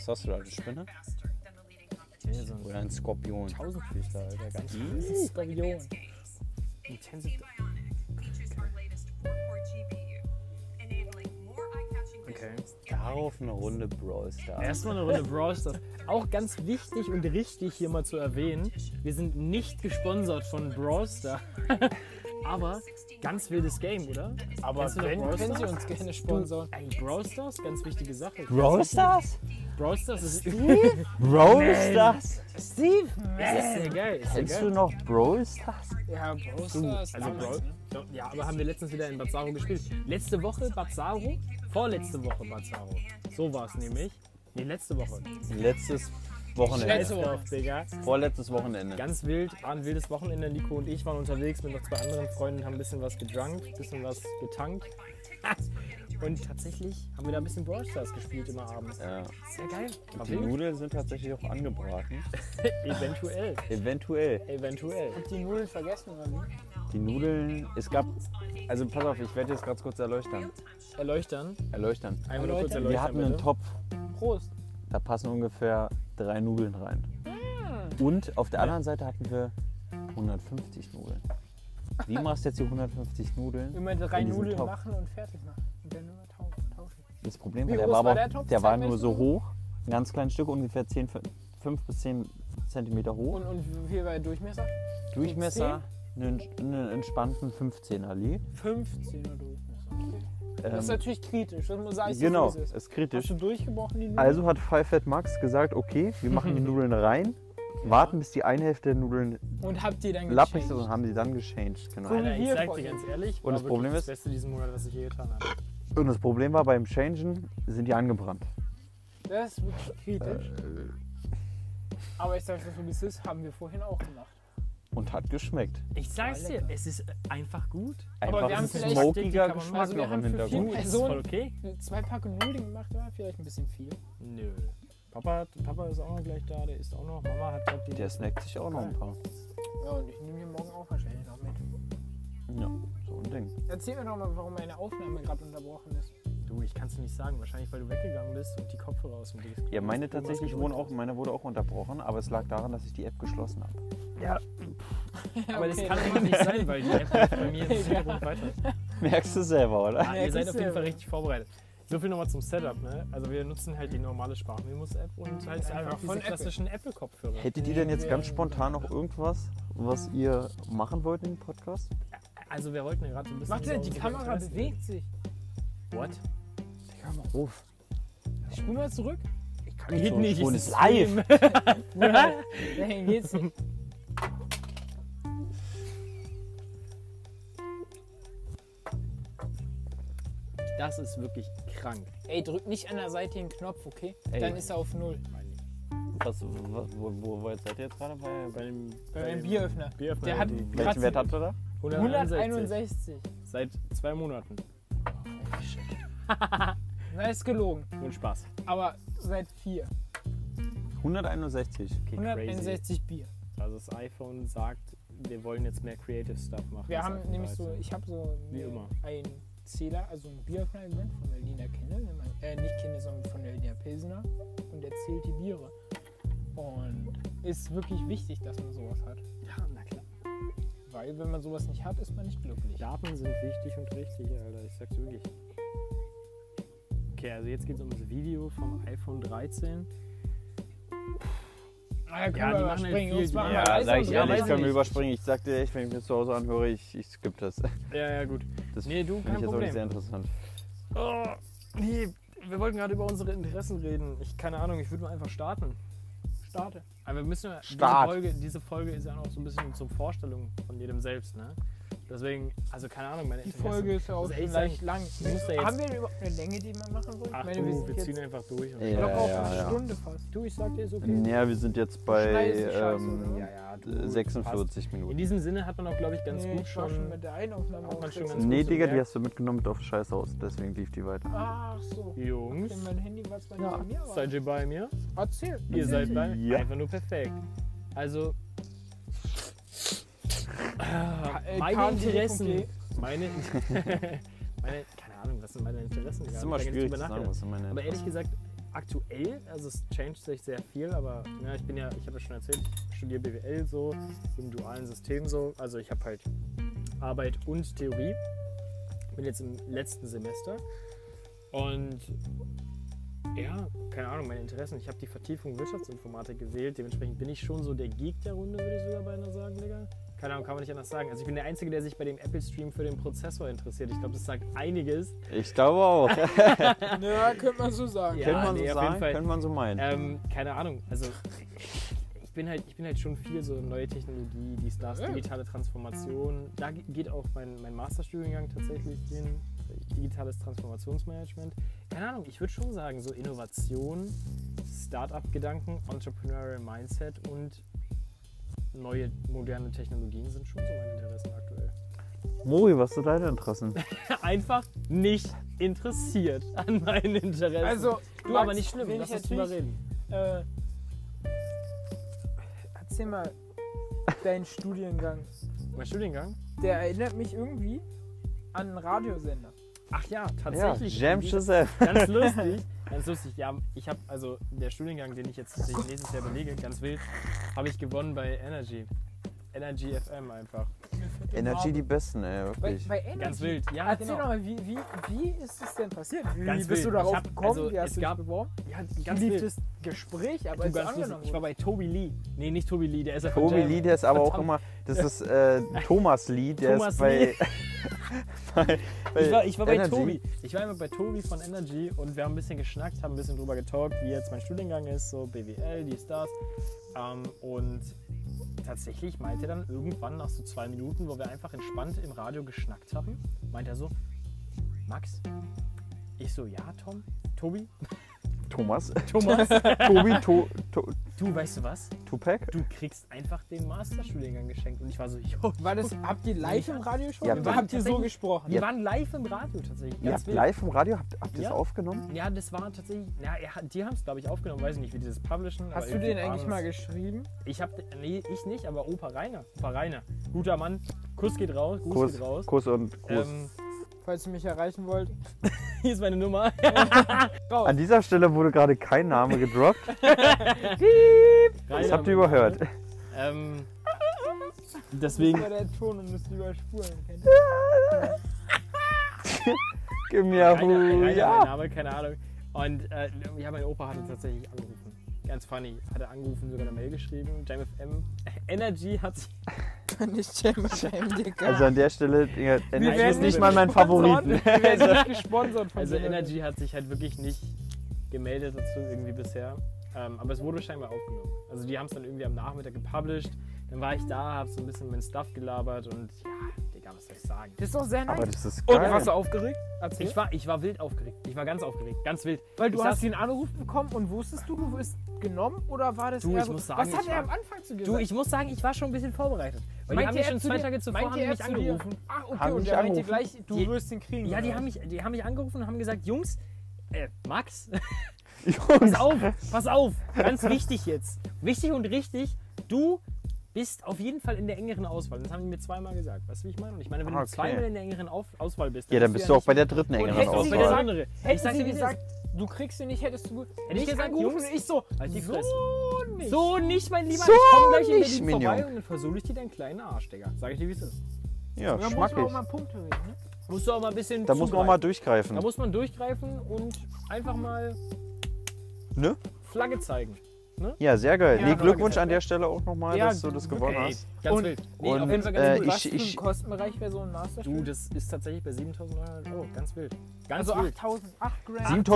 Was hast du da, eine Spinne? Ja, so ein Oder ein Skorpion. Tausendfüßler, Alter. Ganz Das ist Skorpion. Intensive- Okay. Darauf eine Runde Brawl Stars. Erstmal eine Runde Brawl Stars. Auch ganz wichtig und richtig hier mal zu erwähnen, wir sind nicht gesponsert von Brawl Stars. Aber ganz wildes Game, oder? Aber Kennst du noch wenn, Brawl können sie Stars? uns gerne Du, sponsern. ey, Brawl Stars, ganz wichtige Sache. Brawl Stars? Brawl Stars ist, ist Brawl Stars? Steve! sehr geil. Ist sehr Kennst du geil. noch Brawl Stars? Ja, Brosters. Also Brawl, ja, aber haben wir letztens wieder in Bazzaro gespielt. Letzte Woche Bazzaro, vorletzte Woche Bazzaro. So war es nämlich. Nee, letzte Woche. Letztes Wochenende. Letzte Woche. Auf, Digga. Vorletztes Wochenende. Ganz wild, war ein wildes Wochenende. Nico und ich waren unterwegs mit noch zwei anderen Freunden, haben ein bisschen was gedrunkt, ein bisschen was getankt. Und tatsächlich haben wir da ein bisschen Brawl Stars gespielt immer abends. Ja. Sehr geil. War Die wild. Nudeln sind tatsächlich auch angebraten. Eventuell. Eventuell. Eventuell. Die Nudeln vergessen oder wie? Die Nudeln, es gab, also pass auf, ich werde jetzt ganz kurz erleuchtern. Erleuchtern. Erleuchtern. Einmal nur kurz Erläutern. erleuchtern. Wir hatten einen bitte. Topf, Prost. da Hm. passen ungefähr drei Nudeln rein. Und auf der anderen Seite hatten wir 150 Nudeln. Wie machst du jetzt die 150 Nudeln? Immer in drei diesen Nudeln Topf? machen und fertig machen. Und dann nur tau- tauschen. Das Problem Wie war, der groß war, war aber, der Topf? der war Zeig nur mich so mal. hoch, ein ganz kleines Stück, ungefähr 10, 5 bis 10 Zentimeter hoch. Und, und wie viel war der Durchmesser? Durchmesser, einen, einen entspannten 15er Lied. 15er Durchmesser. Das ist Ähm, natürlich kritisch, das muss sagen, genau, so wie es ist. ist kritisch. Hast du durchgebrochen die Nudeln? Also hat Five Fat Max gesagt, okay, wir machen die Nudeln rein, warten bis die eine Hälfte der Nudeln und habt ihr dann lappig gechanged? ist und haben die dann gechanged. Genau. Cool. Alter, ich Hier sag dir vorhin. ganz ehrlich, Und war das Problem wirklich ist- das Beste diesen Monat, was ich je getan habe. Und das Problem war, beim Changen sind die angebrannt. Das ist wirklich kritisch. Aber ich sag das so wie es ist, haben wir vorhin auch gemacht. Und hat geschmeckt. Ich sag's dir, lecker. es ist einfach gut. Aber wir haben Einfach vielleicht- smokiger Also wir Geschmack haben noch im für viel- Hintergrund. Ist Person- voll okay? Zwei Packen Nudeln gemacht war vielleicht ein bisschen viel. Nö. Papa, Papa ist auch noch gleich da, der isst auch noch. Mama hat gerade die. Der snackt sich auch noch ein paar. Ja, und ich nehme hier morgen auch wahrscheinlich noch mit. Ja, so ein Ding. Erzähl mir doch mal, warum meine Aufnahme gerade unterbrochen ist. Du, ich kann's dir nicht sagen. Wahrscheinlich, weil du weggegangen bist und die Kopfhörer aus dem Weg. Ja, meine tatsächlich wurden auch, meine wurde auch unterbrochen, aber es lag daran, dass ich die App geschlossen habe. Aber das okay. kann immer nicht sein, weil die App läuft bei mir im Hintergrund weiter. Merkst du selber, oder? Ah, Ja, ihr seid das auf ist jeden ja- Fall richtig vorbereitet. So viel nochmal zum Setup, ne? Also wir nutzen halt die normale Sprachmemos-App und halt einfach einfach diese von Apple. klassischen Apple-Kopfhörer. Hättet ihr denn jetzt ganz spontan noch irgendwas, was ihr machen wollt in dem Podcast? Also wir wollten ja gerade so ein bisschen... Macht so ihr, die unsere Kamera Interessen- bewegt sich. What? Ruf. Ich spule mal zurück. Ich kann Geht nicht, Und es ist ist live. Nein, dahin geht's nicht. Das ist wirklich krank. Ey, drück nicht an der Seite den Knopf, okay? Ey. Dann ist er auf Null. Was, was, wo, wo, wo seid ihr jetzt gerade bei? Bei dem, Bei meinem Bieröffner. Bieröffner. Der hat die- Kratzen. Welchen Wert habt ihr da? 161. Seit zwei Monaten. Na, ist gelogen. Und Spaß. Aber seit vier. 161. Okay, 161 Bier. Also das iPhone sagt, wir wollen jetzt mehr Creative Stuff machen. Wir Das haben iPhone nämlich so, 13. ich habe so Wie mir immer. einen Zähler, also ein Bieröffner-Event von der Lina Kenne, äh, nicht Kenne, sondern von der Lina Pilsener und er zählt die Biere. Und ist wirklich wichtig, dass man sowas hat. Ja, na klar. Weil wenn man sowas nicht hat, ist man nicht glücklich. Daten sind wichtig und richtig, Alter. Ich sag's wirklich. Okay, also jetzt geht's um das Video vom iPhone 13. Ah, können Ja, die wir machen überspringen, halt viel, Jungs, die- machen wir Ja, alles sag ich andere. ehrlich, weiß können wir nicht. überspringen. Ich sag dir echt, wenn ich mir zu Hause anhöre, ich, ich skippe das. Ja, ja, gut. Das Nee, du, finde kein ich jetzt auch Problem. nicht sehr interessant. Oh, nee, wir wollten gerade über unsere Interessen reden. Ich keine Ahnung, ich würde mal einfach starten. Starte. Aber wir müssen ja, Start. Diese, Folge, diese Folge ist ja auch so ein bisschen zur Vorstellung von jedem selbst, ne? Deswegen, also keine Ahnung, meine Die Interessen. Folge ist ja auch Muss schon ehrlich sagen, leicht lang. muss ja jetzt- Haben wir überhaupt eine Länge, die wir machen wollen? Ach ich meine, du, wir wir, sind jetzt ziehen einfach durch. und- Ja, locker auf ja, eine ja. Stunde fast. Du, ich sag dir, ist okay. Hm. Ja, wir sind jetzt bei Schneidest du Scheiße, ähm, oder? Ja, ja, du, 46 passt. In Minuten. diesem Sinne hat man auch, glaube ich, ganz Nee, gut ich war schon schon. mit der einen Aufnahme Hat man auf schon sechs. ganz- Nee, gut Digga, gemerkt. die hast du mitgenommen mit auf Scheißhaus, deswegen lief die weiter. Ah, Ach so. Jungs, Denn mein Handy war zwar nicht bei mir, aber... seid ihr bei mir? Erzähl. Ihr seid bei Ja. Einfach nur perfekt. Also, Äh, meine Karten- Interessen. Meine, meine, keine Ahnung, was sind meine Interessen? Das ist Ja, immer ich hab da gar nicht schwierig drüber zu sagen, nachgedacht. was in meine Aber ehrlich gesagt, aktuell, also es changed sich sehr viel, aber ne, ich bin ja, ich habe ja schon erzählt, ich studiere BWL so, im dualen System so. Also ich habe halt Arbeit und Theorie. Bin jetzt im letzten Semester. Und ja, keine Ahnung, meine Interessen. Ich habe die Vertiefung Wirtschaftsinformatik gewählt. Dementsprechend bin ich schon so der Geek der Runde, würde ich sogar beinahe sagen, Digga. Keine Ahnung, kann man nicht anders sagen. Also ich bin der Einzige, der sich bei dem Apple-Stream für den Prozessor interessiert. Ich glaube, das sagt einiges. Ich glaube auch. Ja, könnte man so sagen. Ja, könnte man nee, so auf jeden sagen, Fall. könnte man so meinen. Ähm, keine Ahnung. Also ich bin halt, ich bin halt schon viel so neue Technologie, die Stars, digitale Transformation. Da ge- geht auch mein, mein Masterstudiengang tatsächlich hin. Digitales Transformationsmanagement. Keine Ahnung, ich würde schon sagen, so Innovation, Start-up-Gedanken, Entrepreneurial Mindset und neue moderne Technologien sind schon so meine Interessen aktuell. Mori, was sind deine Interessen? Einfach nicht interessiert an meinen Interessen. Also, du, Max, aber nicht schlimm, wenn lass ich uns drüber natürlich- reden. Äh, erzähl mal deinen Studiengang. Mein Studiengang? Der erinnert mich irgendwie an einen Radiosender. Ach ja, Ja, tatsächlich. Jam Joseph. ganz lustig. Ganz lustig. Ja, ich habe also der Studiengang, den ich jetzt tatsächlich nächstes Jahr belege, ganz wild, habe ich gewonnen bei Energy. Energy FM einfach. Energy die besten, ey, Bei, wirklich. bei Energy. Ganz wild. Ja, Erzähl genau. doch mal, wie, wie, wie ist es denn passiert? Wie Ganz bist wild. du darauf Ich hab- gekommen? also, wie hast es du gab- dich beworben? Ja, Ganz ganz wild. Geliebtes Gespräch, aber Du, ist ganz lustig. angenommen. Ich war bei Toby Lee. Nee, nicht Toby Lee, der ist ja von Tobi Jam. Lee, der ist aber auch Verdammt. immer, das ist äh, Thomas Lee, der Thomas ist bei, bei, bei Ich war, ich war bei Energy. Tobi. Ich war immer bei Tobi von Energy und wir haben ein bisschen geschnackt, haben ein bisschen drüber getalkt, wie jetzt mein Studiengang ist, so BWL, dies, das. Ähm, und tatsächlich meinte dann irgendwann nach so zwei Minuten, wo wir einfach entspannt im Radio geschnackt haben, meint er so, Max? Ich so, ja, Tom? Tobi? Thomas, Thomas? Tobi, to, to, du, weißt du was? Tupac? Du kriegst einfach den Masterstudiengang geschenkt. Und ich war so, jo, War das, habt ihr live im Radio schon? Ja, oder wir- habt ihr so tatsächlich- gesprochen? wir waren live im Radio tatsächlich. Ihr ganz habt wild. live im Radio, habt, habt ihr Ja. es aufgenommen? Ja, das war tatsächlich. Na, ja, die haben es, glaube ich, aufgenommen. Weiß ich nicht, wie die das publishen. aber Hast du den irgendwie eigentlich abends- mal geschrieben? Ich hab. Nee, ich nicht, aber Opa Rainer. Opa Rainer. Guter Mann. Kuss geht raus. Kuss, Kuss, geht raus. Kuss und Kuss. Ähm, Falls ihr mich erreichen wollt. hier ist meine Nummer. An dieser Stelle wurde gerade kein Name gedroppt, das habt ihr überhört. Ähm, deswegen. war der Ton und müsst überspulen. Kennt ihr? Gib mir Rainer, Rainer, Ruhe, mein Oh, ja. Name, keine Ahnung. Und äh, ja, mein Opa hatte tatsächlich angerufen. Ganz funny. Hat er angerufen, sogar eine Mail geschrieben. JamFM. Energy hat sich. Nicht Jam FM, Digga. Also an der Stelle, Digga, Energy werden ist nicht nicht mal mein Favoriten. Wir werden nicht gesponsert von Also denen. Energy hat sich halt wirklich nicht gemeldet dazu irgendwie bisher. Ähm, aber es wurde scheinbar aufgenommen. Also die haben es dann irgendwie am Nachmittag gepublished. Dann war ich da, hab so ein bisschen mein Stuff gelabert und ja, Digga, was soll ich sagen? Das ist doch sehr Aber nice. Oh, das ist Und geil. warst du aufgeregt? Erzähl. Ich war, ich war wild aufgeregt. Ich war ganz aufgeregt, ganz wild. Weil du ich hast saß- den Anruf bekommen und wusstest du, du wirst genommen oder war das Du, eher ich so, muss sagen, was hat ich er war- am Anfang zu dir Du, gesagt? ich muss sagen, ich war schon ein bisschen vorbereitet. Weil die Meinte haben mich er schon zu zwei dir- Tage zuvor meinte haben die er mich zu dir? angerufen. Ach, okay, Haben und mich der meinte angerufen? gleich, du Die- wirst den kriegen. Ja, die oder? haben mich, die haben mich angerufen und haben gesagt, Jungs, äh, Max, Jungs, Pass auf, pass auf, ganz wichtig jetzt. Wichtig und richtig, du bist auf jeden Fall in der engeren Auswahl. Das haben die mir zweimal gesagt. Weißt du, wie ich meine? Und ich meine, wenn Ah, du okay. zweimal in der engeren Auf Auswahl bist, ja, dann bist du auch bei der dritten Und engeren hätten auch sie bei der Auswahl. gesagt, anderen. Hätten Ich sag's sie dir, wie es gesagt, du kriegst ihn nicht, hättest du ich nicht gesagt, angerufen Jungs, und ich so, halt die so Fresse. nicht. So nicht, mein Lieber. So ich komm gleich in nicht, Berlin vorbei Minion. und dann versuche ich dir deinen kleinen Arsch, Digga. Sag ich dir, wie es ist. Da Ja, muss man auch schmackig. mal Punkte reden, ne? Musst du auch mal ein bisschen. Da muss man auch zugreifen. mal durchgreifen. Da muss man durchgreifen und einfach mal Ne? Flagge zeigen. Ja, sehr geil. Ja, nee, aber Glückwunsch gesagt, an der Stelle auch nochmal, Ja, dass du das gewonnen Ey, hast. ganz Und- wild. und, auf jeden Fall äh, ganz wild. ich- Was für ein Kostenbereich wäre so ein Master? Du, das ist tatsächlich bei 7.900 Euro. Ganz wild. Ganz also wild. 8000, 8 Grand.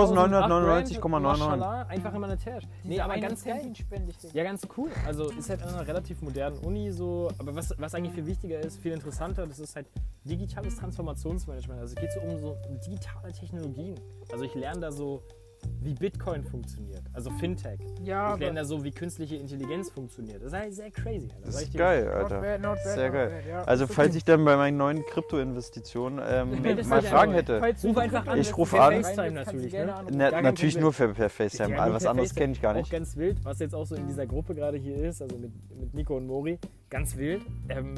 7.999,99. Mashallah, Einfach in meiner Tasche. Nee, Diese aber eine ganz geil. Cent spende ich dir. Ja, ganz cool. Also ist halt an einer relativ modernen Uni so. Aber was, was eigentlich viel wichtiger ist, viel interessanter, das ist halt digitales Transformationsmanagement. Also es geht so um so digitale Technologien. Also ich lerne da so, wie Bitcoin funktioniert. Also Fintech. Ja, ich lerne da so, wie künstliche Intelligenz funktioniert. Das ist halt sehr crazy. Alter. Das Sag ich ist dir. geil, not Alter. bad, not bad, Sehr not geil. bad, ja. Also Ist falls okay. ich dann bei meinen neuen Kryptoinvestitionen melde ähm, dich mal nicht Fragen an, hätte. Falls du Ruf mich einfach an. Ich anrufst, ruf per an. FaceTime Kannst du natürlich, gerne ne? anrufen. Na, gar kein natürlich Problem. nur per, per FaceTime. Ja, Alles nur per also anderes FaceTime. kenne ich gar Auch nicht. ganz wild, was jetzt auch so in dieser Gruppe gerade hier ist, also mit, mit Nico und Mori, ganz wild. Ähm,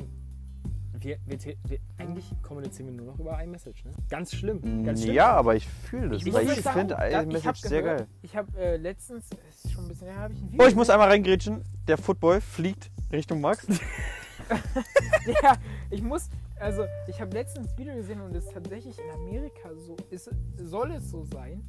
wir, wir, te- wir, eigentlich kommunizieren wir nur noch über iMessage, ne? Ganz schlimm, ganz schlimm. Ja, aber ich fühle das, Ich weil muss ich sagen, finde iMessage sehr geil. Ich habe äh, letztens, es ist schon ein bisschen her, habe ich ein Video. Oh, ich muss einmal reingrätschen. Der Football fliegt Richtung Max. gesehen. ja, ich muss, also ich habe letztens ein Video gesehen und es ist tatsächlich in Amerika so, ist, soll es so sein,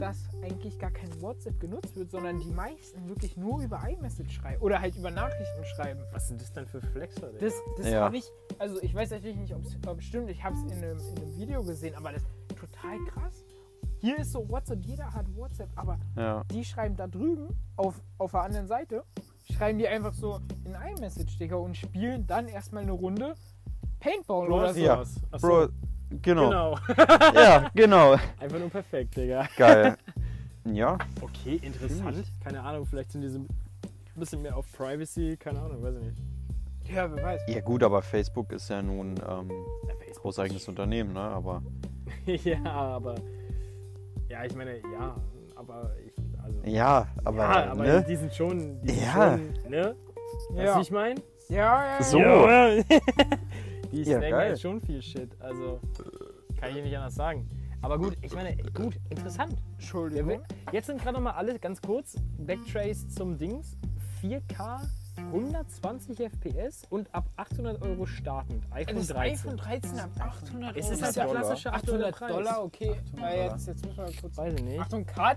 dass eigentlich gar kein WhatsApp genutzt wird, sondern die meisten wirklich nur über iMessage schreiben oder halt über Nachrichten schreiben. Was sind das denn für Flexer? Digga? Das, das Ja. habe ich, also ich weiß natürlich nicht, ob es stimmt, ich habe es in einem, in einem Video gesehen, aber das ist total krass. Hier ist so WhatsApp, jeder hat WhatsApp, aber Ja. die schreiben da drüben auf, auf der anderen Seite, schreiben die einfach so in iMessage, Digga, und spielen dann erstmal eine Runde Paintball Bro, oder so. Ja. sowas. Ach so, Bro, genau. Genau. Ja, genau. Einfach nur perfekt, Digga. Geil. Ja, Okay, interessant. Keine Ahnung, vielleicht sind die so ein bisschen mehr auf Privacy, keine Ahnung, weiß ich nicht. Ja, wer weiß. ja gut, aber Facebook ist ja nun ähm, Ja, Facebook. großeigenes Unternehmen, ne? Aber ja, aber. Ja, ich meine, ja, aber ich. Also, ja, aber, ja, aber ne? die sind schon. Die sind Ja. Schon, ne? Weißt du, Ja, wie ich meine? ja, ja. So. ja. Ja. Die Ja, snacken geil. halt schon viel Shit. Also, kann ich hier nicht anders sagen. Aber gut, ich meine, gut, interessant. Entschuldigung. Jetzt sind gerade noch mal alle, ganz kurz, Backtrace zum Dings. 4K 120 FPS und ab 800 Euro startend. iPhone Das 13. iPhone 13 ab 800 Es ist Euro. halt der Dollar. klassische 800 Preis. Dollar, okay. 800 Weil Dollar. Jetzt, jetzt müssen wir kurz. Weiß ich nicht. Achtung, Cut.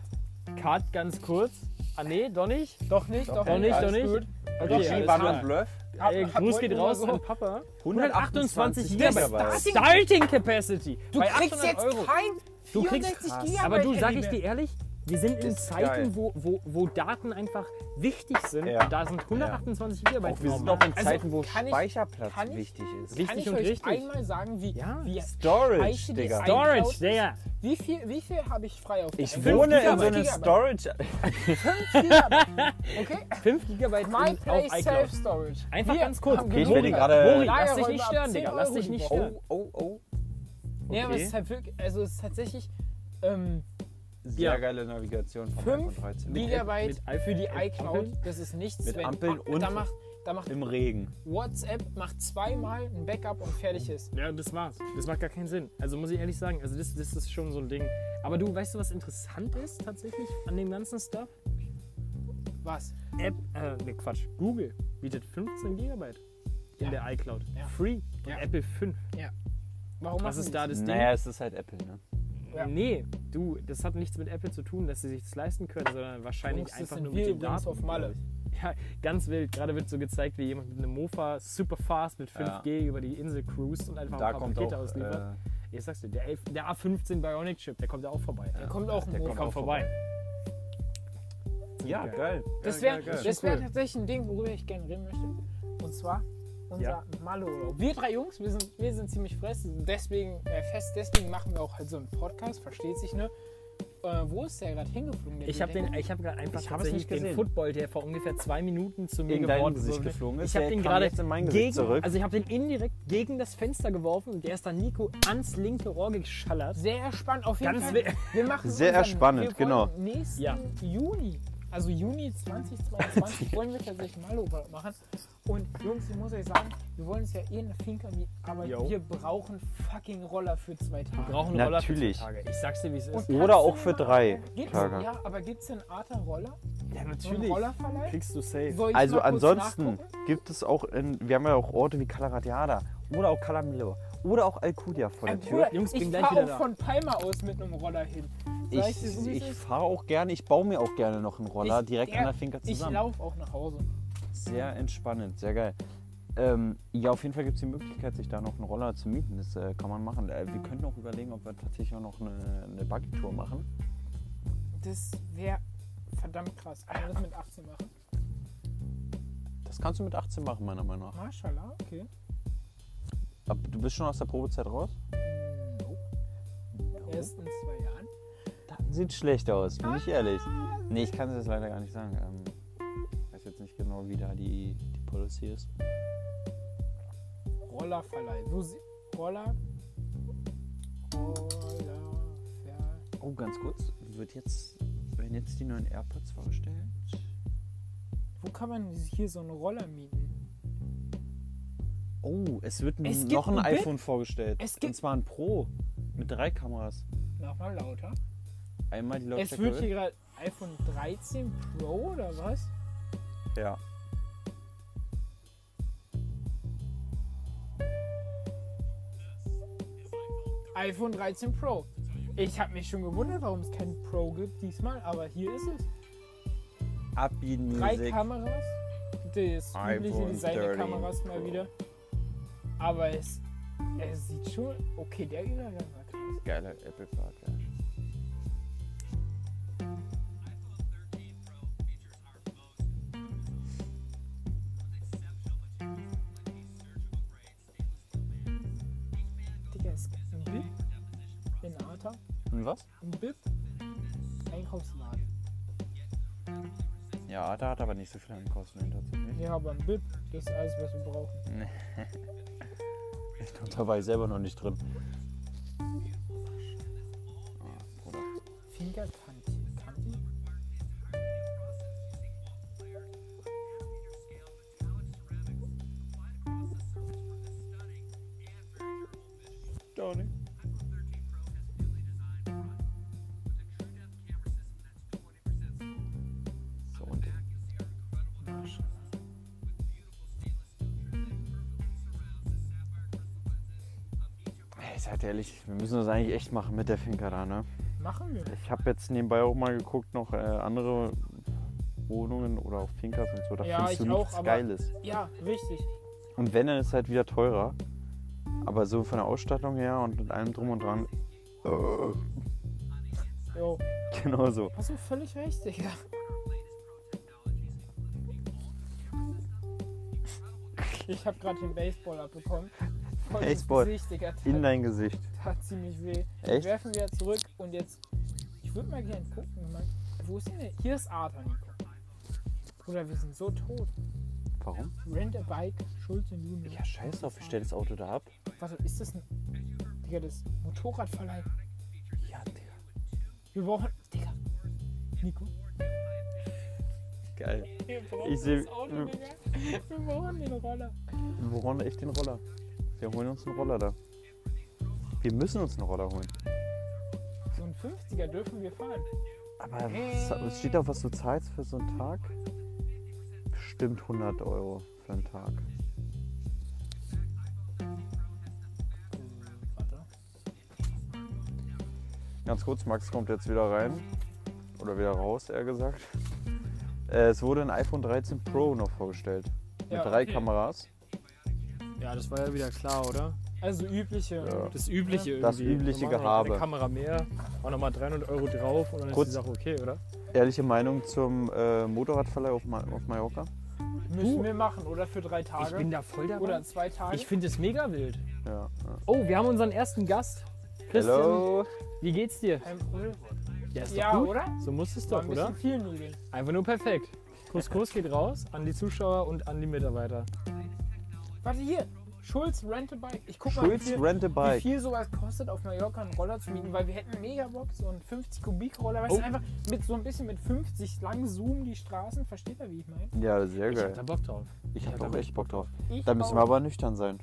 Card ganz kurz. Ah nee, doch nicht. Doch nicht, doch, Doch nicht, alles doch nicht. gut. Okay, alles war klar. nur ein Bluff. Hab- Ey, hab Gruß heute geht nur raus so- an Papa. 128 128 Gigabyte. Gigabyte. Starting Capacity. Du bei kriegst 800 jetzt Euro. kein Du kriegst- 64 Krass. Gigabyte. Aber du, sag Handy ich mehr. dir ehrlich, wir sind in Ist geil. Zeiten, wo, wo, wo Daten einfach wichtig sind. Ja. Und da sind 128 GB Auch wir sind normal. auch in Also, Zeiten, wo kann ich- Speicherplatz kann ich- wichtig ist. Richtig Kann ich und euch richtig. einmal sagen, wie, Ja. wie scheiße Storage, die Digga. iCloud Storage, ist? der ja. Wie viel, wie viel habe ich frei auf der Ich iCloud? wohne Fünf in so einem Gigabyte. Storage. Gigabyte. Okay? 5 GB My Place auf Self iCloud. Storage. Einfach Wir ganz kurz. haben Okay, ich genug werde Platz. gerade- Mori, lass dich Lagerräume nicht ab stören, 10 Digga. Lass Euro dich nicht die Woche. stören. Oh, oh, oh. Nee, aber es Okay. ist halt wirklich, also es ist tatsächlich ähm, Sehr Ja. geile Navigation von Fünf iPhone 13. Gigabyte mit Ampeln- für die mit iCloud. Ampeln? Das ist nichts. Mit wenn- Ampeln ah, und- da macht, da macht Im Regen. WhatsApp macht zweimal ein Backup und fertig ist. Ja, das war's. Das macht gar keinen Sinn. Also muss ich ehrlich sagen, also das, das ist schon so ein Ding. Aber du, weißt du, was interessant ist tatsächlich an dem ganzen Stuff? Was? App, äh, ne Quatsch, Google bietet 15 GB in Ja. der iCloud. Ja. Free. Und Ja. Apple 5. Warum Was machen ist die da das? das Naja, es ist halt Apple, ne? Ding? Ja. Nee, du, das hat nichts mit Apple zu tun, dass sie sich das leisten können, sondern wahrscheinlich Jungs, das einfach sind nur wir mit den übrigens Daten. auf Malle. Ja, ganz wild. Gerade wird so gezeigt, wie jemand mit einem Mofa super fast mit 5G über die Insel cruist und einfach Da ein paar kommt Pakete auch. ausliefert. Äh, ich sag's dir, der, Elf- der A15 Bionic Chip, der kommt ja auch vorbei. Da kommt auch ein Der Mofa. kommt vorbei. äh, ja, Geil. geil. Das Ja, wäre geil, geil. das wär Cool. tatsächlich ein Ding, worüber ich gerne reden möchte. Und zwar unser Ja. Malurlaub. Wir drei Jungs, wir sind, wir sind ziemlich fress, deswegen äh, fest, deswegen machen wir auch halt so einen Podcast, versteht sich, ne? Äh, wo ist der gerade hingeflogen? Der Ich habe Gedenke? den, ich habe gerade einfach Ich hab es tatsächlich nicht den gesehen. Football, der vor ungefähr zwei Minuten zu mir In dein geworden Gesicht so- geflogen ist, Ich habe der den kam gerade jetzt in mein Gesicht gegen, zurück. also ich habe den indirekt gegen das Fenster geworfen und der ist dann Nico ans linke Rohr geschallert. Sehr spannend, auf jeden Ganz Fall. wild. Wir machen Sehr unseren- spannend, wir wollen genau. Nächsten Ja. Juni, also Juni 2022, wollen wir tatsächlich einen Malurlaub machen. Und Jungs, ich muss euch sagen, wir wollen es ja eh in der Finca mieten, aber Jo. wir brauchen fucking Roller für zwei Tage. Wir brauchen Roller für Natürlich. zwei Tage. Ich sag's dir, wie es ist. Und Oder kannst auch du für mal- drei Gibt's, Tage. ja, aber gibt es einen Arter-Roller? Ja, So einen Rollerverleih? Kriegst du safe. Soll ich Also mal kurz ansonsten nachgucken? gibt es auch, in, wir haben ja auch Orte wie Calaradiada oder auch Calamillo oder auch Alcudia vor Ey, der Tür. Bruder, Jungs, bin ich gleich fahr wieder auch da. von Palma aus mit einem Roller hin. Sag ich dir so, Ich, wie es ich ist? fahre auch gerne, ich baue mir auch gerne noch einen Roller Ich- direkt der- an der Finca Ich zusammen. laufe auch nach Hause. Sehr entspannend, sehr geil. Ähm, ja, auf jeden Fall gibt es die Möglichkeit, sich da noch einen Roller zu mieten. Das äh, kann man machen. Äh, wir könnten auch überlegen, ob wir tatsächlich auch noch eine, eine Buggy-Tour machen. Das wäre verdammt krass. Kann man das mit 18 machen? Das kannst du mit 18 machen, meiner Meinung nach. Maschallah, okay. Aber du bist schon aus der Probezeit raus? Erst in zwei Jahren. Daten sieht schlecht aus, bin ich ehrlich. Nee, ich kann es jetzt leider gar nicht sagen. Ähm, ich weiß jetzt nicht genau, wie da die, die Policy ist. Rollerverleih. Wo sie Roller. Rollerverleih. Oh, ganz kurz. Wird jetzt, werden jetzt die neuen AirPods vorgestellt? Wo kann man hier so einen Roller mieten? Oh, es wird Es gibt noch ein ein Bild. iPhone vorgestellt. Es und gibt- zwar ein Pro mit drei Kameras. Mach mal lauter. Einmal die Es Lautstärke. wird hier gerade iPhone 13 Pro oder was? ja. iPhone 13 Pro. Ich habe mich schon gewundert, warum es kein Pro gibt diesmal, aber hier ist es. Abi Drei Music. Kameras. Das übliche iPhone Design der 13 Kameras mal Pro. wieder. Aber es, es sieht schon. Okay, der Übergang war krass. Geiler Apple Park. ja. Digga, es gibt ein BIP in Arta. Und was? Ein BIP. Einkaufsladen. Ja, da hat aber nicht so viel an Kosten hin, tatsächlich. Ja, aber ein BIP, das ist alles, was wir brauchen. Ich glaube, da war ich selber noch nicht drin. Fingerkanti. Kanti? So, und Maschallah. seid ehrlich, wir müssen das eigentlich echt machen mit der Finca da, ne? Machen wir. Ich habe jetzt nebenbei auch mal geguckt, noch äh, andere Wohnungen oder auch Fincas und so. Da Ja, findest ich du auch, nichts aber- Geiles. Ja, richtig. Und wenn, dann ist es halt wieder teurer. Aber so von der Ausstattung her und mit allem drum und dran, äh, Jo, genau so. hast du völlig recht, Digga. Ich habe gerade den Baseball abbekommen. Voll ins Baseball. Gesicht, Digga. In dein Gesicht. Tat ziemlich weh. Echt? Echt? Werfen wir zurück und jetzt. Ich würde mal gerne gucken. Mann. Wo ist denn der? Hier ist Arthur, Nico. Bruder, wir sind so tot. Warum? Rent a bike, Schulz in Juni. Ja, scheiß drauf, ich stell das Auto da ab. Warte, ist das ein. Digga, das Motorradverleih. Ja, Digga. Wir brauchen. Digga. Nico. Geil. Wir brauchen Ich seh- das Auto, Digga. Wir brauchen den Roller. Wir holen echt den Roller. Wir holen uns einen Roller da. Wir müssen uns einen Roller holen. So ein 50er dürfen wir fahren. Aber was, was steht da, was du zahlst für so einen Tag? Bestimmt 100 Euro für einen Tag. Ganz kurz, Max kommt jetzt wieder rein. Oder wieder raus, eher gesagt. Äh, es wurde ein iPhone 13 Pro noch vorgestellt. Mit Ja, drei okay. Kameras. Ja, das war ja wieder klar, oder? Also übliche. Ja. Das übliche irgendwie. Das übliche Normal noch Gehabe. Eine Kamera mehr, auch nochmal 300 Euro drauf und dann Kurz- ist die Sache okay, oder? Ehrliche Meinung zum äh, Motorradverleih auf, Ma auf Mallorca? Müssen wir machen, oder? Für drei Tage. da voll oder zwei Tage. Ich finde es mega wild. Ja. Oh, wir haben unseren ersten Gast. Christian, Hello! wie geht's dir? Kein Problem. Ja, ist Ja, doch gut. oder? So muss es War doch, Ähm, ein oder? bisschen viel Nudeln. Einfach nur perfekt. Kuss, Kuss geht raus an die Zuschauer und an die Mitarbeiter. Warte hier. Schulz Rent a Bike. Ich guck mal, wie Schulz viel, Rent a wie Bike. viel sowas kostet, auf Mallorca einen Roller zu mieten, weil wir hätten mega Bock, so einen 50 Kubik Roller, weißt Oh. du, einfach mit so ein bisschen mit 50 lang zoomen die Straßen, versteht ihr, wie ich meine? Ja, sehr Ich hab geil. da Bock drauf. Ich hab hab auch da echt Bock drauf. Ich Da müssen wir baue- aber nüchtern sein.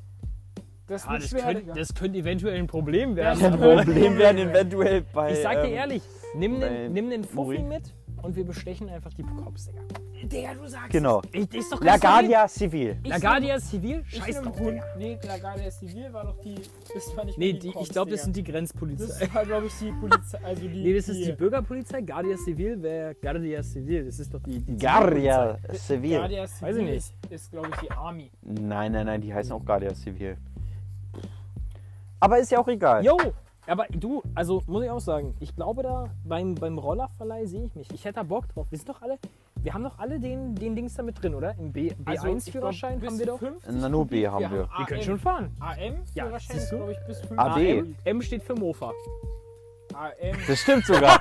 das Ah, wird das, schwer, könnte, Digga. das könnte eventuell ein Problem werden. Das aber- Problem werden eventuell bei. Ich sag dir ähm, Äh, ehrlich, nimm bei den, nimm den Fuffi Muri. mit und wir bestechen einfach die Cops, Digga. Digga, du sagst. Genau. Ich, ist doch La kein Problem. Guardia Civil. La Guardia ist zivil? Ich Scheiß nehm drauf. Hund. Digga. Nee, klar, gar der Zivil war doch die. Das war nicht Nee, die die, Cops, ich glaube, das Digga. sind die Das Grenzpolizei. war, glaube ich, die Polizei. Also die, Nee, das ist die Bürgerpolizei. Guardia Civil wäre Guardia Civil. Das ist doch die. die Guardia Ja, Civil. der Zivil Weiß ich nicht. ist, ist glaube ich, die Army. Nein, nein, nein, die heißen auch Guardia Civil. Aber ist ja auch egal. Jo! Aber du, also muss ich auch sagen, ich glaube da beim, beim Rollerverleih sehe ich mich. Ich hätte da Bock drauf. Wir sind doch alle, wir haben doch alle den, den Dings da mit drin, oder? Im B, Also, ich glaub, B1-Führerschein bis haben wir doch. 50 Ein Nano B haben wir. Wir AM. können schon fahren. AM Ja, Führerschein siehst ist, du? glaube ich, bis 50. AB. M, M steht für Mofa. AM. Das stimmt sogar.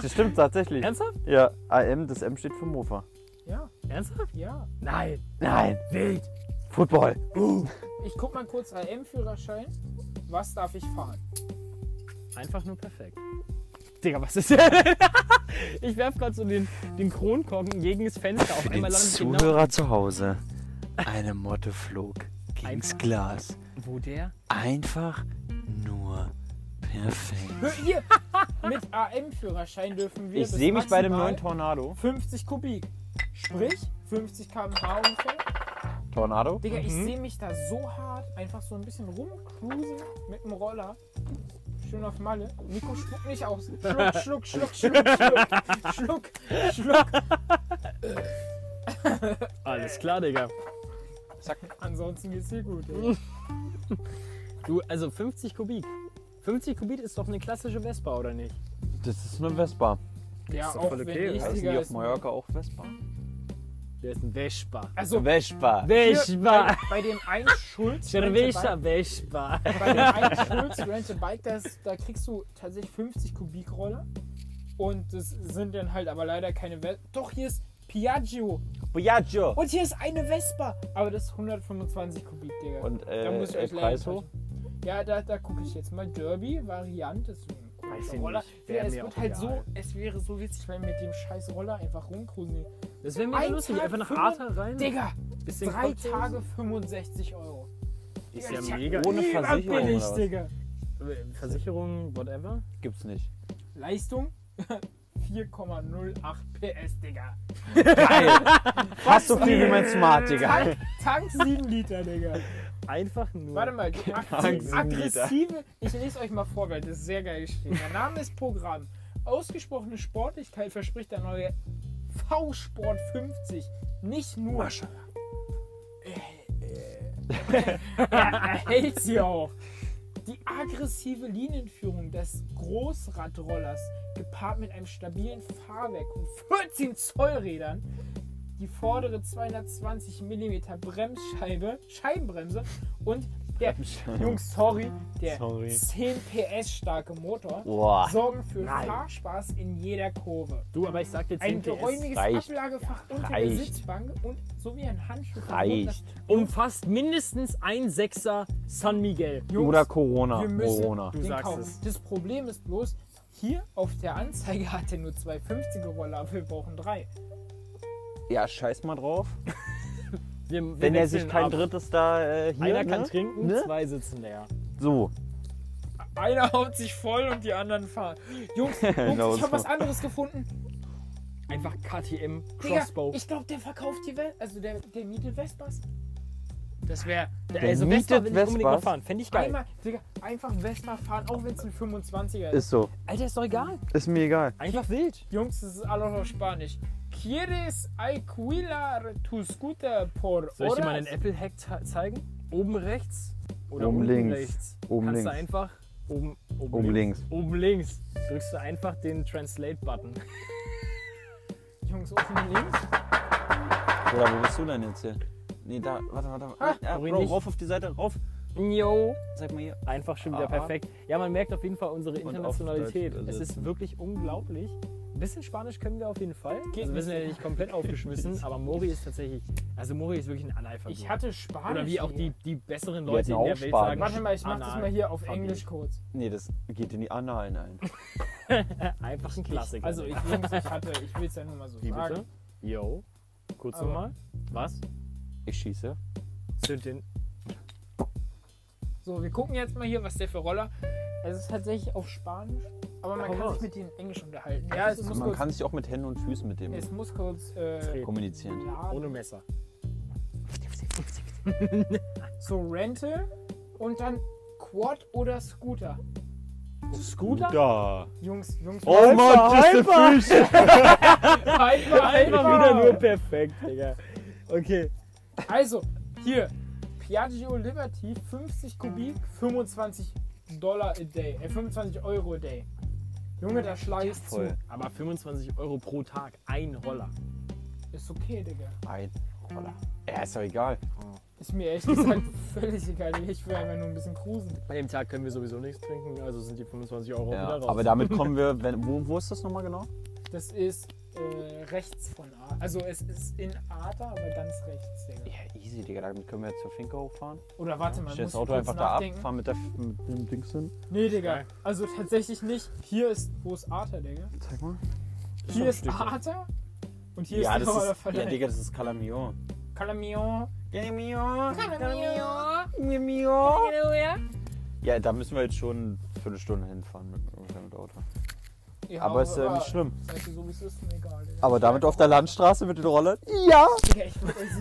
Das stimmt tatsächlich. Ernsthaft? Ja, AM, das M steht für Mofa. Ja, Ernsthaft? ja. Nein. Nein. Wild. Football. Ich guck mal kurz AM-Führerschein. Was darf ich fahren? Einfach nur perfekt. Digga, was ist das? ich werf gerade so den, den Kronkorken gegen das Fenster. Auf einmal landet genau. zu Hause. Eine Motte flog Einfach- Glas. Wo der? Einfach nur perfekt. Hör hier! Mit AM-Führerschein dürfen wir. Ich bis sehe mich bei dem maximal neuen Tornado. 50 Kubik. Sprich, 50 km/h ungefähr. Tornado? Digga, Mhm. ich sehe mich da so hart einfach so ein bisschen rumcruisen mit dem Roller. Schön auf Malle. Nico spuckt nicht aus. Schluck, schluck, schluck, schluck, schluck. Schluck, schluck. Alles klar, Digga. Ansonsten geht's dir gut. Ey. Du, also 50 Kubik. 50 Kubik ist doch eine klassische Vespa, oder nicht? Das ist eine Vespa. Ja, doch auch voll wenn okay, ich, oder? Heißen die Digga, auf ist- Mallorca auch Vespa? Der ist ein Vespa. Also, Vespa. hier, bei, bei dem einen Schulz. Cerveza Vespa. bei dem einen Schulz Rent a Bike, das, da kriegst du tatsächlich 50 Kubik Roller. Und das sind dann halt aber leider keine Vespa. Doch, hier ist Piaggio. Piaggio. Und hier ist eine Vespa. Aber das ist 125 Kubik, Digga. Und äh, Da muss ich El euch leider Preso? enttäuschen. Ja, da, da gucke ich jetzt mal. Derby, Variante. Ist so ein komischer Weiß ich nicht. Roller. Wär Ja, es mir wird auch halt egal. so, es wäre so witzig, wenn wir mit dem scheiß Roller einfach rumcruisen. Das wäre mir Ein lustig. Tag Einfach nach fünfund- Arta rein. Digga, bisschen drei Cocktails. Tage 65 Euro. Ist Digga, ja das ist ja mega. Ohne Versicherung. Billig, Oder was? Digga. Versicherung, whatever. Gibt's nicht. Leistung 4,08 PS, Digga. Geil. Fast so viel wie mein Smart, Digga. Tank, Tank 7 Liter, Digga. Einfach nur. Warte mal, die Angst, aggressive, aggressive ich lese euch mal vor, weil das ist sehr geil geschrieben. Der Name ist Programm. Ausgesprochene Sportlichkeit verspricht der neue V-Sport 50. Nicht nur. Äh, Er hält sie auch. Die aggressive Linienführung des Großradrollers, gepaart mit einem stabilen Fahrwerk und 14 Zoll Rädern, die vordere 220 mm Bremsscheibe, Scheibenbremse und der, Jungs, sorry, der Sorry. 10 PS starke Motor Boah. sorgen für Fahrspaß in jeder Kurve. Du, aber ich sag dir 10 Ein PS geräumiges reicht. Ablagefach unter der reicht. Sitzbank und sowie ein Handschuh vom Reicht. Motor- umfasst mindestens ein Sechser San Miguel. Jungs, Oder Corona. Ah, wir müssen Corona. den sagst kaufen. es. Das Problem ist bloß, hier auf der Anzeige hat er nur zwei 50er Roller, aber wir brauchen drei. Ja, scheiß mal drauf. Wir, wir Wenn er wechseln sich kein ab. drittes da äh, hier. Einer ne? kann trinken, Ne? zwei sitzen leer. So. Einer haut sich voll und die anderen fahren. Jungs, Jungs Genau ich habe so. was anderes gefunden. Einfach KTM Digga, Crossbow. ich glaube, der verkauft die Welt, also der, der mietet Vespas. Das wäre also Vespa mietet will ich unbedingt mal Vespas. fahren. Fände ich geil. einmal, Digga, einfach Vespa fahren, auch wenn es ein 25er ist. Ist so. Alter, ist doch egal. Ist mir egal. Einfach wild. Jungs, das ist alles auf Spanisch. Quieres alquilar tu scooter por Soll ich dir mal horas? den Apple-Hack ze- zeigen? Oben rechts oder Oben oben links. rechts? Oben Kannst links. du einfach oben, oben, Oben links. Oben links. Drückst du einfach den Translate-Button. Jungs, oben links. Oder wo bist du denn jetzt hier? Nee, da, warte, warte. Ah, warte. Ja, Bring Bro, dich. rauf auf die Seite, rauf. Jo. Sag mal hier. Einfach schon wieder Aha. perfekt. Ja, man merkt auf jeden Fall unsere auf Internationalität. Deutsch Es also ist übersetzen. wirklich unglaublich. Ein bisschen Spanisch können wir auf jeden Fall. Geht also wir sind nicht. ja nicht komplett aufgeschmissen, aber Mori ist tatsächlich. Also Mori ist wirklich ein Analphabet. Ich hatte Spanisch. Oder wie auch die, hier. die besseren Leute hatten in der auch Welt Spanisch. sagen. Warte mal, ich mach das Anal. mal hier auf Fuck Englisch kurz. Nee, das geht in die Annalen ein. Einfach ein Klassiker. Also ich, Jungs, ich hatte, ich will es ja nur mal so Wie bitte? sagen. Yo. Kurz Aber- nochmal. Was? Ich schieße. Zünd den. So, wir gucken jetzt mal hier, was der für Roller. Es ist tatsächlich auf Spanisch, aber man Hau kann raus. Also, sich mit denen Englisch unterhalten. Ja, es muss Man kurz, kann sich auch mit Händen und Füßen mit dem es muss kurz äh, kommunizieren. laden. Ohne Messer. So Rente und dann Quad oder Scooter. Scooter? Da. Jungs, Jungs, Oh Mann, das ist ein Fisch. einfach, Einfach wieder nur perfekt, Digga. Okay. Also, hier, Piaggio Liberty, 50 Kubik, 25 Dollar a day, äh, 25 Euro a day. Junge, da schlage ich zu. Voll. Aber 25 Euro pro Tag, ein Roller. Ist okay, Digga. Ein Roller. Ja, ist doch egal. Ist mir ehrlich gesagt völlig egal. Digga. Ich will einfach nur ein bisschen cruisen. An dem Tag können wir sowieso nichts trinken, also sind die 25 Euro wieder Ja, raus. aber damit kommen wir, wenn, wo, wo ist das nochmal genau? Das ist äh, rechts von A. Also, es ist in Arta, aber ganz rechts, Digga. Ja, easy, Digga. Damit können wir jetzt zur Finke hochfahren. Oder warte mal, Stell muss das ich Auto kurz einfach da ab, nachdenken. fahren mit, der, mit dem Dings hin. Nee, Digga. Also, tatsächlich nicht. Hier ist, wo ist Arta, Digga? Zeig mal. Hier ist Arta und hier ist Ja, das der Roller ist, ja, verleiht. Digga, das ist Calamio. Calamion. Calamio. Calamion. Calamio. Ja, da müssen wir jetzt schon eine Viertelstunde hinfahren mit, ungefähr mit Auto. Ja, Aber ist äh, aber, nicht schlimm. Seid ihr so, wie es ist, mir egal. Digga. Aber damit auf der Landstraße mit den Rollern? Ja! Digga, ich würde euch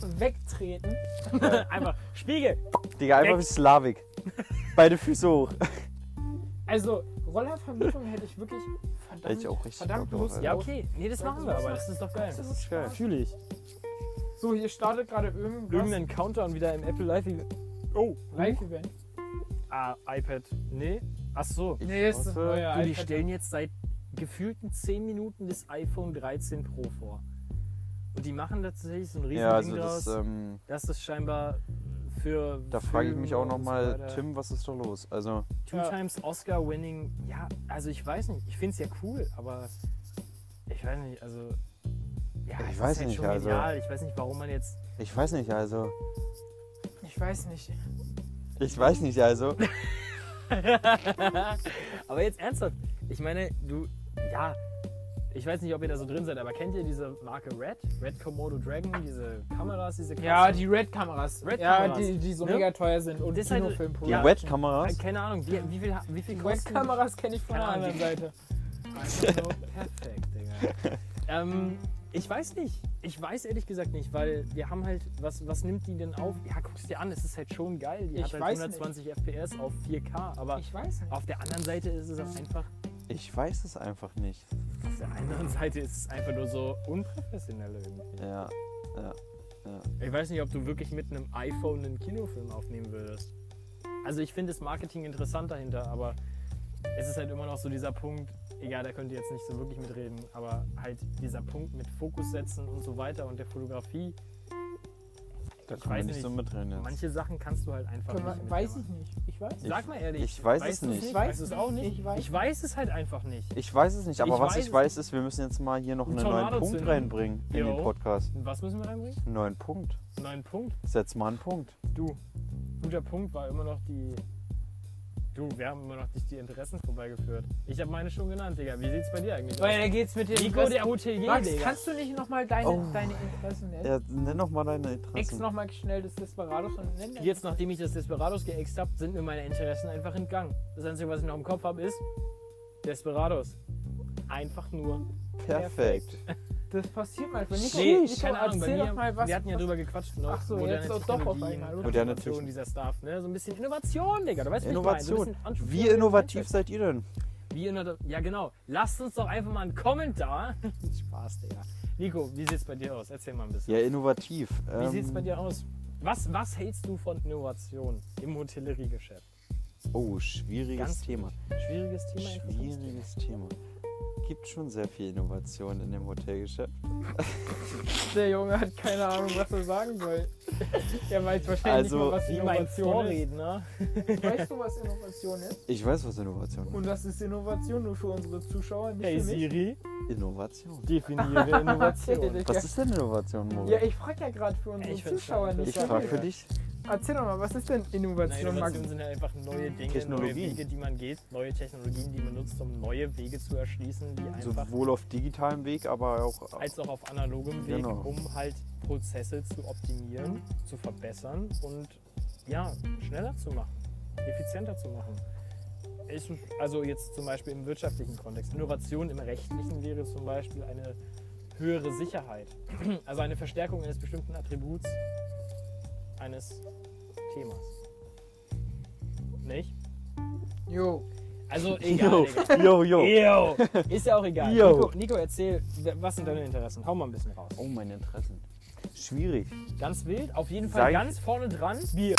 so wegtreten. Einfach Spiegel. Digga, einfach wie Slavik. Beide Füße hoch. Also, Rollervermietung hätte ich wirklich verdammt, Hätte ich auch richtig verdammt Bock drauf, Lust Ja, drauf. okay. Nee, das machen wir, aber das ist doch geil. Das ist geil. Natürlich. So, hier startet gerade irgendwas. Irgendein Countdown wieder im Apple Live. Oh. Live-Event. Ah, iPad. Nee. Ach so. Nee, ist das hoffe, neue Du, die iPad. stellen jetzt seit gefühlten 10 Minuten das iPhone 13 Pro vor. Und die machen tatsächlich so ein riesen Ja, also Ding das, draus. ähm, Das ist scheinbar für. da frage ich Filme mich auch und so nochmal, weiter. Tim, was ist da los? Also, Two Ja. Times Oscar Winning. Ja, also ich weiß nicht. Ich finde es ja cool, aber ich weiß nicht. Also. Ja, Ich es weiß ist halt nicht, schon also- genial. Ich weiß nicht, warum man jetzt. ich weiß nicht, also. Ich weiß nicht. Ich weiß nicht, also. Aber jetzt ernsthaft. Ich meine, du. Ja. Ich weiß nicht, ob ihr da so drin seid, aber kennt ihr diese Marke Red? Red Komodo Dragon? Diese Kameras, diese Ja, krassen- die Red-Kameras. Red ja, Kameras. die, die so Ne? mega teuer sind und Das ist halt- Kinofilmprodukt. Ja. Die Wet-Kameras? Keine Ahnung, wie, wie viel, wie viel Die kosten Red-Kameras kenne ich von der Keine Ahnung, anderen Seite. Perfekt, Digga. ähm, ich weiß nicht. Ich weiß ehrlich gesagt nicht, weil wir haben halt, was, was nimmt die denn auf? Ja, guckst dir an, es ist halt schon geil. Die Ich hat halt weiß 120 FPS auf 4K, aber Ich weiß nicht. auf der anderen Seite ist es auch einfach, Ich weiß es einfach nicht. auf der anderen Seite ist es einfach nur so unprofessionell irgendwie. Ja, ja, ja. Ich weiß nicht, ob du wirklich mit einem iPhone einen Kinofilm aufnehmen würdest. Also ich finde das Marketing interessant dahinter, aber es ist halt immer noch so dieser Punkt, egal, da könnt ihr jetzt nicht so wirklich mitreden, aber halt dieser Punkt mit Fokus setzen und so weiter und der Fotografie. Da Ich kann weiß man nicht nicht. so mitreden jetzt. Manche Sachen kannst du halt einfach Können nicht. wir- mit Weiß der ich nicht. Ich weiß Sag mal ehrlich. Ich weiß weißt es du nicht. Ich weiß Weißt du es es auch nicht. nicht? Ich weiß- ich weiß es halt einfach nicht. Ich weiß es nicht, aber Ich was weiß ich es weiß ist, wir müssen jetzt mal hier noch Einen einen neuen Tornado Punkt zünden. reinbringen in Jo. den Podcast. Und was müssen wir reinbringen? Einen neuen Punkt. Neuen Punkt. Setz mal einen Punkt. Du. Guter Punkt war immer noch die. Du, wir haben immer noch nicht die Interessen vorbeigeführt. Ich habe meine schon genannt, Digga. Wie sieht's bei dir eigentlich Weil aus? da geht's mit dem Nico, der Hotelier, Max, Digga. kannst du nicht nochmal deine, Oh. deine Interessen nennen? Ja, nenn noch mal deine Ex Interessen. nochmal schnell des Desperados und nenn deine- Jetzt, nachdem ich das Desperados geäxt habe, sind mir meine Interessen einfach entgangen. Das Einzige, was ich noch im Kopf habe, ist Desperados. Einfach nur. Perfekt. Das passiert mal. Wenn Nico, Nico, keine Ahnung, bei erzähl mir, doch mal was. wir hatten ja was- drüber gequatscht noch. Ach so, moderne jetzt doch auf Technologien, einmal, oder? Moderne Innovation Techn- dieser Stuff, ne? So ein bisschen Innovation, Digga, du weißt, wie Innovation. ich meine. So ein bisschen Wie Entrepreneurial innovativ seid ihr denn? Mindset. Wie innovativ? Ja, genau. Lasst uns doch einfach mal einen Kommentar. Spaß, Digga. Nico, wie sieht's bei dir aus? Erzähl mal ein bisschen. Ja, ähm, innovativ. Wie sieht's bei dir aus? Was, was hältst du von Innovation im Hotelleriegeschäft? Oh, schwieriges Ganz Thema. Schwieriges Thema. interessantes Thema. Schwieriges Thema. Gibt schon sehr viel Innovation in dem Hotelgeschäft. Der Junge hat keine Ahnung, was er sagen soll. er weiß wahrscheinlich Also, nicht mal, was Wie mein Innovation ist. Vorredner. Weißt du, was Innovation ist? Ich weiß, was Innovation Und das ist Innovation nur für unsere Zuschauer, nicht Hey für mich. Siri, ist. Innovation. definiere Innovation. Ja. Was ist denn Innovation, Moritz? Ja, ich frage ja gerade für unsere Ich find's Zuschauer schon nicht. ich ja frage mega. für dich. Erzähl doch mal, was ist denn Nein, Innovation, Max? Innovationen sind ja einfach neue Dinge, neue Technologien. Wege, die man geht, neue Technologien, die man nutzt, um neue Wege zu erschließen, die einfach Sowohl auf digitalem Weg, aber auch als auch auf analogem Weg, Genau. um halt Prozesse zu optimieren, zu verbessern und ja, schneller zu machen, effizienter zu machen. Ich, also jetzt zum Beispiel im wirtschaftlichen Kontext. Innovation im rechtlichen wäre zum Beispiel eine höhere Sicherheit, also eine Verstärkung eines bestimmten Attributs eines Themas. Nicht? Jo, Also egal. Digga. Yo, yo. Ew. Ist ja auch egal. Yo. Nico, Nico, erzähl, was sind deine Interessen? Hau mal ein bisschen raus. Oh, meine Interessen. Schwierig. Ganz wild, auf jeden Fall Sag ich- ganz vorne dran. Bier.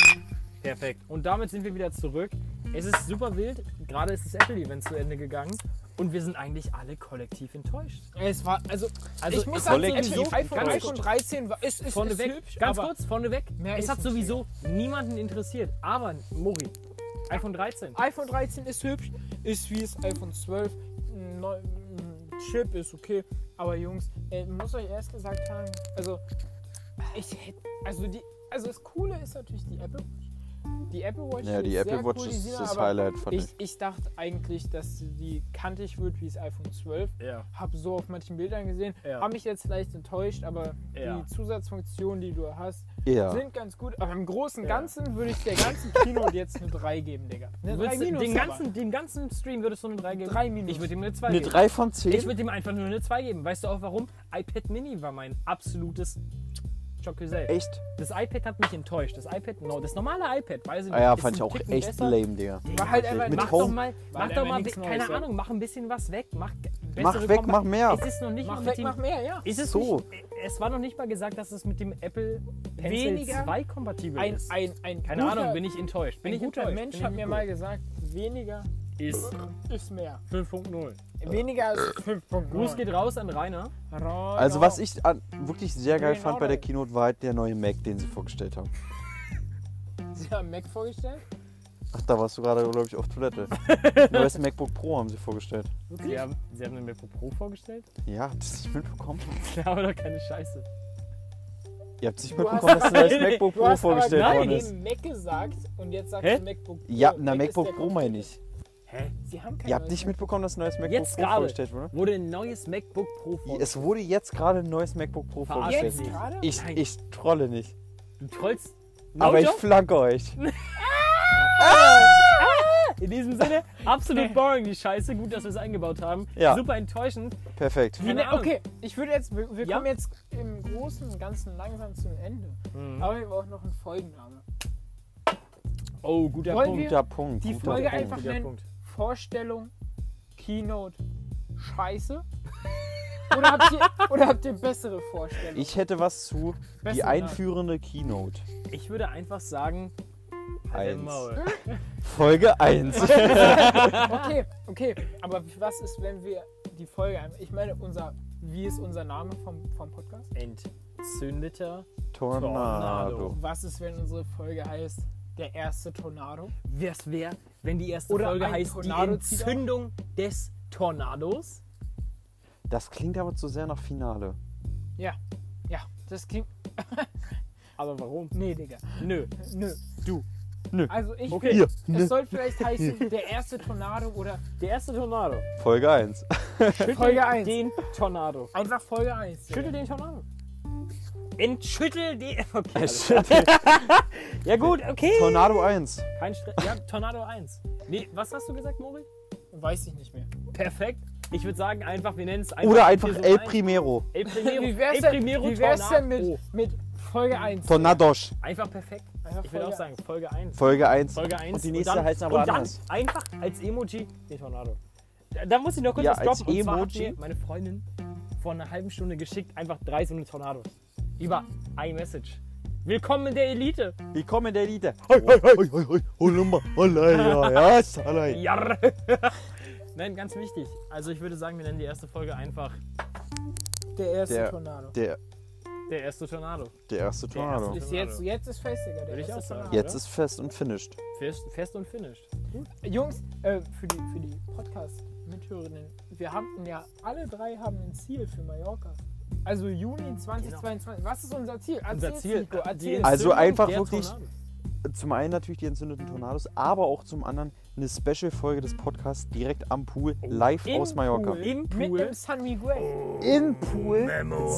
Perfekt. Und damit sind wir wieder zurück. Es ist super wild. Gerade ist das Apple-Event zu Ende gegangen. Und wir sind eigentlich alle kollektiv enttäuscht. es war, also, Also ich muss sagen, Kollektiv sowieso, iPhone, ganz iPhone kurz. 13 war, ist, ist, ist vorneweg, hübsch, ganz aber kurz, vorneweg. Mehr Es ist hat nicht, sowieso niemanden interessiert. Aber, Mori, iPhone 13. iPhone 13 ist hübsch, ist wie das iPhone 12, ein neu- ein Chip ist okay, aber Jungs, äh, muss euch erst gesagt haben, also ich hätte, also die, also das Coole ist natürlich die Apple Watch. Die Apple Watch, Ja, ist die sehr Apple Watch cool, die ist Sina, das aber Highlight, fand ich, ich. ich dachte eigentlich, dass die kantig wird wie das iPhone 12. Ja. Hab so auf manchen Bildern gesehen. Ja. Hab mich jetzt leicht enttäuscht, aber Ja. die Zusatzfunktionen, die du hast, Ja. sind ganz gut. Aber im Großen und Ja. Ganzen würde ich der ganzen Kino jetzt eine 3 geben, Digga. Eine Du 3 würdest, Minus. den, aber. ganzen, den ganzen Stream würdest du eine 3 geben? Drei Minus. Ich würde ihm eine 2 Eine geben. 3 von Ich 10? würde ihm einfach nur eine 2 geben. Weißt du auch warum? iPad Mini war mein absolutes Schockgesell. Echt? Das iPad hat mich enttäuscht. Das iPad, no, das normale iPad, weiß ich Ah ja, nicht, ist fand ein ich auch Ticken echt besser. lame, Digga. War halt einfach Mit Mach Home- doch mal, mach einfach doch mal, nichts keine Neues, ja. Ahnung, mach ein bisschen was weg. Mach, bessere Mach weg, Kompa- mach mehr. Es ist noch nicht Mach mal weg, mit dem, mach mehr, ja. Ist es, So. nicht, es war noch nicht mal gesagt, dass es mit dem Apple Pencil Weniger 2 kompatibel Ein, ist. ein, ein Keine guter, Ahnung, bin ich enttäuscht. Bin ein ich guter enttäuscht. Mensch bin hat ich mir mal gesagt, weniger Ist ist mehr. 5.0. Weniger als 5 Punkte. Gruß Äh, geht raus an Rainer. Also was ich an, wirklich sehr geil Genau fand bei der das. Keynote war halt der neue Mac, den sie vorgestellt haben. Sie haben Mac vorgestellt? Ach, da warst du gerade, glaube ich, auf Toilette. Neues MacBook Pro haben sie vorgestellt. Sie haben, Sie haben den MacBook Pro vorgestellt? Ja, habt ihr das nicht mitbekommen? Ja, aber doch keine Scheiße. Ihr habt nicht Du hast- mitbekommen, dass ein neues MacBook Du Pro hast aber vorgestellt gerade worden ist. eben Mac gesagt und jetzt sagst Hä? du MacBook Pro. Ja, na, Mac ist MacBook der Pro meine ich. Computer. Sie haben keine Ihr habt nicht mitbekommen, dass ein neues MacBook Jetzt Pro gerade vorgestellt wurde? wurde ein neues MacBook Pro vorgestellt. Es wurde jetzt gerade ein neues MacBook Pro Verarscht vorgestellt. mich. Gerade? Ich, Nein. ich trolle nicht. Du trollst. Aber ich Auto? flanke euch. In diesem Sinne, absolut boring, die Scheiße. Gut, dass wir es eingebaut haben. Ja. Super enttäuschend. Perfekt. Wie, Keine ne, Ahnung. okay, ich würde jetzt, wir, wir Ja? kommen jetzt im Großen und Ganzen langsam zum Ende. Mhm. Aber wir brauchen noch einen Folgenname. Oh, guter Wollen Punkt. wir- Guter Punkt. Die guter Folge Punkt. einfach guter nennen Punkt. Vorstellung, Keynote, Scheiße. Oder habt ihr, oder habt ihr bessere Vorstellungen? Ich hätte was zu die Besten einführende Keynote. Ich würde einfach sagen, halt dein Eins. Maul. Folge 1. Okay, okay. Aber was ist, wenn wir die Folge ein- Ich meine, unser, wie ist unser Name vom, vom Podcast? Entzündeter. Tornado. Was ist, wenn unsere Folge heißt Der erste Tornado? Das wäre, wenn die erste Oder Folge ein heißt Tornado Die zieht auf. Entzündung des Tornados. Das klingt aber zu sehr nach Finale. Ja, ja, das klingt. Aber warum? Nee, Digga. Nö. Nö. Du. Nö. Also ich. Okay. Ihr. Es sollte vielleicht heißen Der erste Tornado oder Der erste Tornado. Folge 1. Schüttel Äh, Folge eins. den Tornado. einfach Folge 1. Schüttel den Tornado. Entschüttel den. Okay. Shit. Ja, gut, okay. Tornado 1. Kein Stress. Ja, Tornado 1. Nee, was hast du gesagt, Mori? Weiß ich nicht mehr. Perfekt. Ich würde sagen, einfach, wir nennen es einfach. Oder einfach Episode El eins. Primero. El Primero. Wie wär's El denn, Primero wie wär's denn Tornado. Oh. mit, mit Folge 1? Tornados. Einfach perfekt. Einfach ich würde auch Folge sagen, Folge 1. Folge 1. Folge 1. Und die nächste dann, heißen aber und dann anders. einfach als Emoji den Tornado. Da, da muss ich noch kurz Ja, was droppen. als Und zwar hat Emoji. mir meine Freundin vor einer halben Stunde geschickt, einfach drei so eine Tornados. Über iMessage. Willkommen in der Elite. Willkommen in der Elite. Hoi, hoi, hoi, hoi, hoi. Holumba, holeia, ja, salai. Jarr. Nein, ganz wichtig. Also ich würde sagen, wir nennen die erste Folge einfach Der erste Der- Tornado. Der, der erste Tornado. der erste erste Tornado. ist- Ist jetzt, jetzt ist fest, Digga. Der Würde ich erste auch sagen. Tornado. Jetzt ist fest und finished. Fest, fest und finished. Jungs, äh, für die, für die Podcast-Mithörerinnen, wir haben ja, alle drei haben ein Ziel für Mallorca. Also Juni 2022. Was ist unser Ziel? Erzähl's, Genau. Ziel, äh, Nico, die erzähl. Also Entzündung einfach der wirklich- Tornado. Zum einen natürlich die entzündeten Tornados, aber auch zum anderen eine Special-Folge des Podcasts direkt am Pool, live Im aus Mallorca. Pool. Im Mit Pool. dem San Miguel. Im Pool.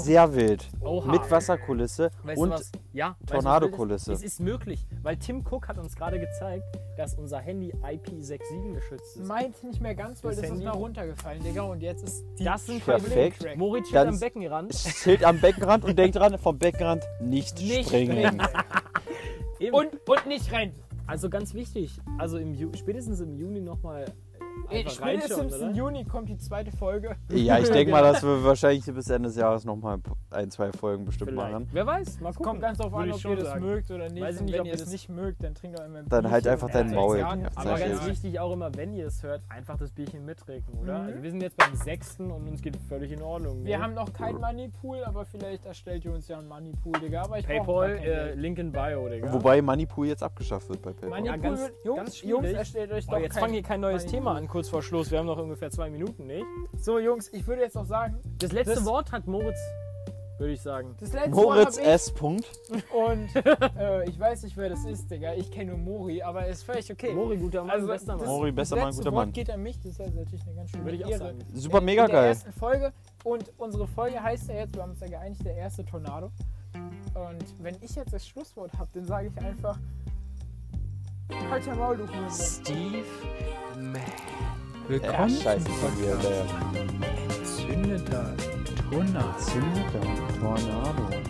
Sehr wild. Oha. Mit Wasserkulisse Weißt du und was? Ja, weißt du, was Tornadokulisse. wild ist? Es ist möglich, weil Tim Cook hat uns gerade gezeigt, dass unser Handy IP67 geschützt ist. Meint nicht mehr ganz, weil Das das, ist Handy. mal runtergefallen, Digga. Und jetzt ist die Das sind Perfekt. Probleme. Moritz steht Ganz- am Beckenrand. Schild am Beckenrand und denkt dran, vom Beckenrand nicht, Nicht springen. Eben. Und, und nicht rennen. also ganz wichtig, also im Ju spätestens im Juni nochmal einfach reinschauen, Spätestens im oder? Juni kommt die zweite Folge. Ja, ich denke mal, dass wir wahrscheinlich bis Ende des Jahres nochmal ein, zwei Folgen bestimmt machen. Wer weiß, mal gucken. Kommt ganz drauf Würde an, ich ob schon ihr das sagen. mögt oder nicht. Weiß ich Und nicht, wenn ob ihr ihr es das- nicht mögt, dann trinkt doch immer ein Dann halt Bierchen. einfach dein Ja, Maul. sechs Jahre. Ja, Aber Sehr ganz schön. wichtig auch immer, wenn ihr es hört, einfach das Bierchen mittrinken, oder? Also wir sind jetzt beim sechsten und uns geht völlig in Ordnung. Mhm. Wir ne? haben noch keinen Moneypool, aber vielleicht erstellt ihr uns ja einen Moneypool, Digga. Aber ich brauch Paypal, gar kein äh, Geld. Link in Bio, Digga. Wobei Moneypool jetzt abgeschafft wird bei PayPal. Moneypool, ja, ganz- wird- Jungs, ganz schwierig. Jungs, erstellt euch Oh, doch jetzt kein fangen wir kein neues Moneypool. Thema an, kurz vor Schluss. Wir haben noch ungefähr zwei Minuten, nicht? So, Jungs, ich würde jetzt auch sagen, Das letzte Das- Wort hat Moritz, würde ich sagen. das letzte Moritz Mal hab S. Punkt. ich und äh, ich weiß nicht, wer das ist, Digga. Ich kenne nur Mori, aber ist völlig okay. Mori, guter Mann, also, das, bester Mann. das Mori, besser Mann, letzte guter Wort Mann. geht an mich, das ist also natürlich eine ganz schöne Würde ich auch Ehre. sagen. Super in, mega in der geil. ersten Folge. Und unsere Folge heißt ja jetzt, wir haben uns ja geeinigt, der erste Tornado. Und wenn ich jetzt das Schlusswort habe, dann sage ich einfach. Halt dein Maul, du Hurensohn. Steve. Willkommen Ja, scheiße, von mir. Entzündeter Tornado. Zünder. Tornado.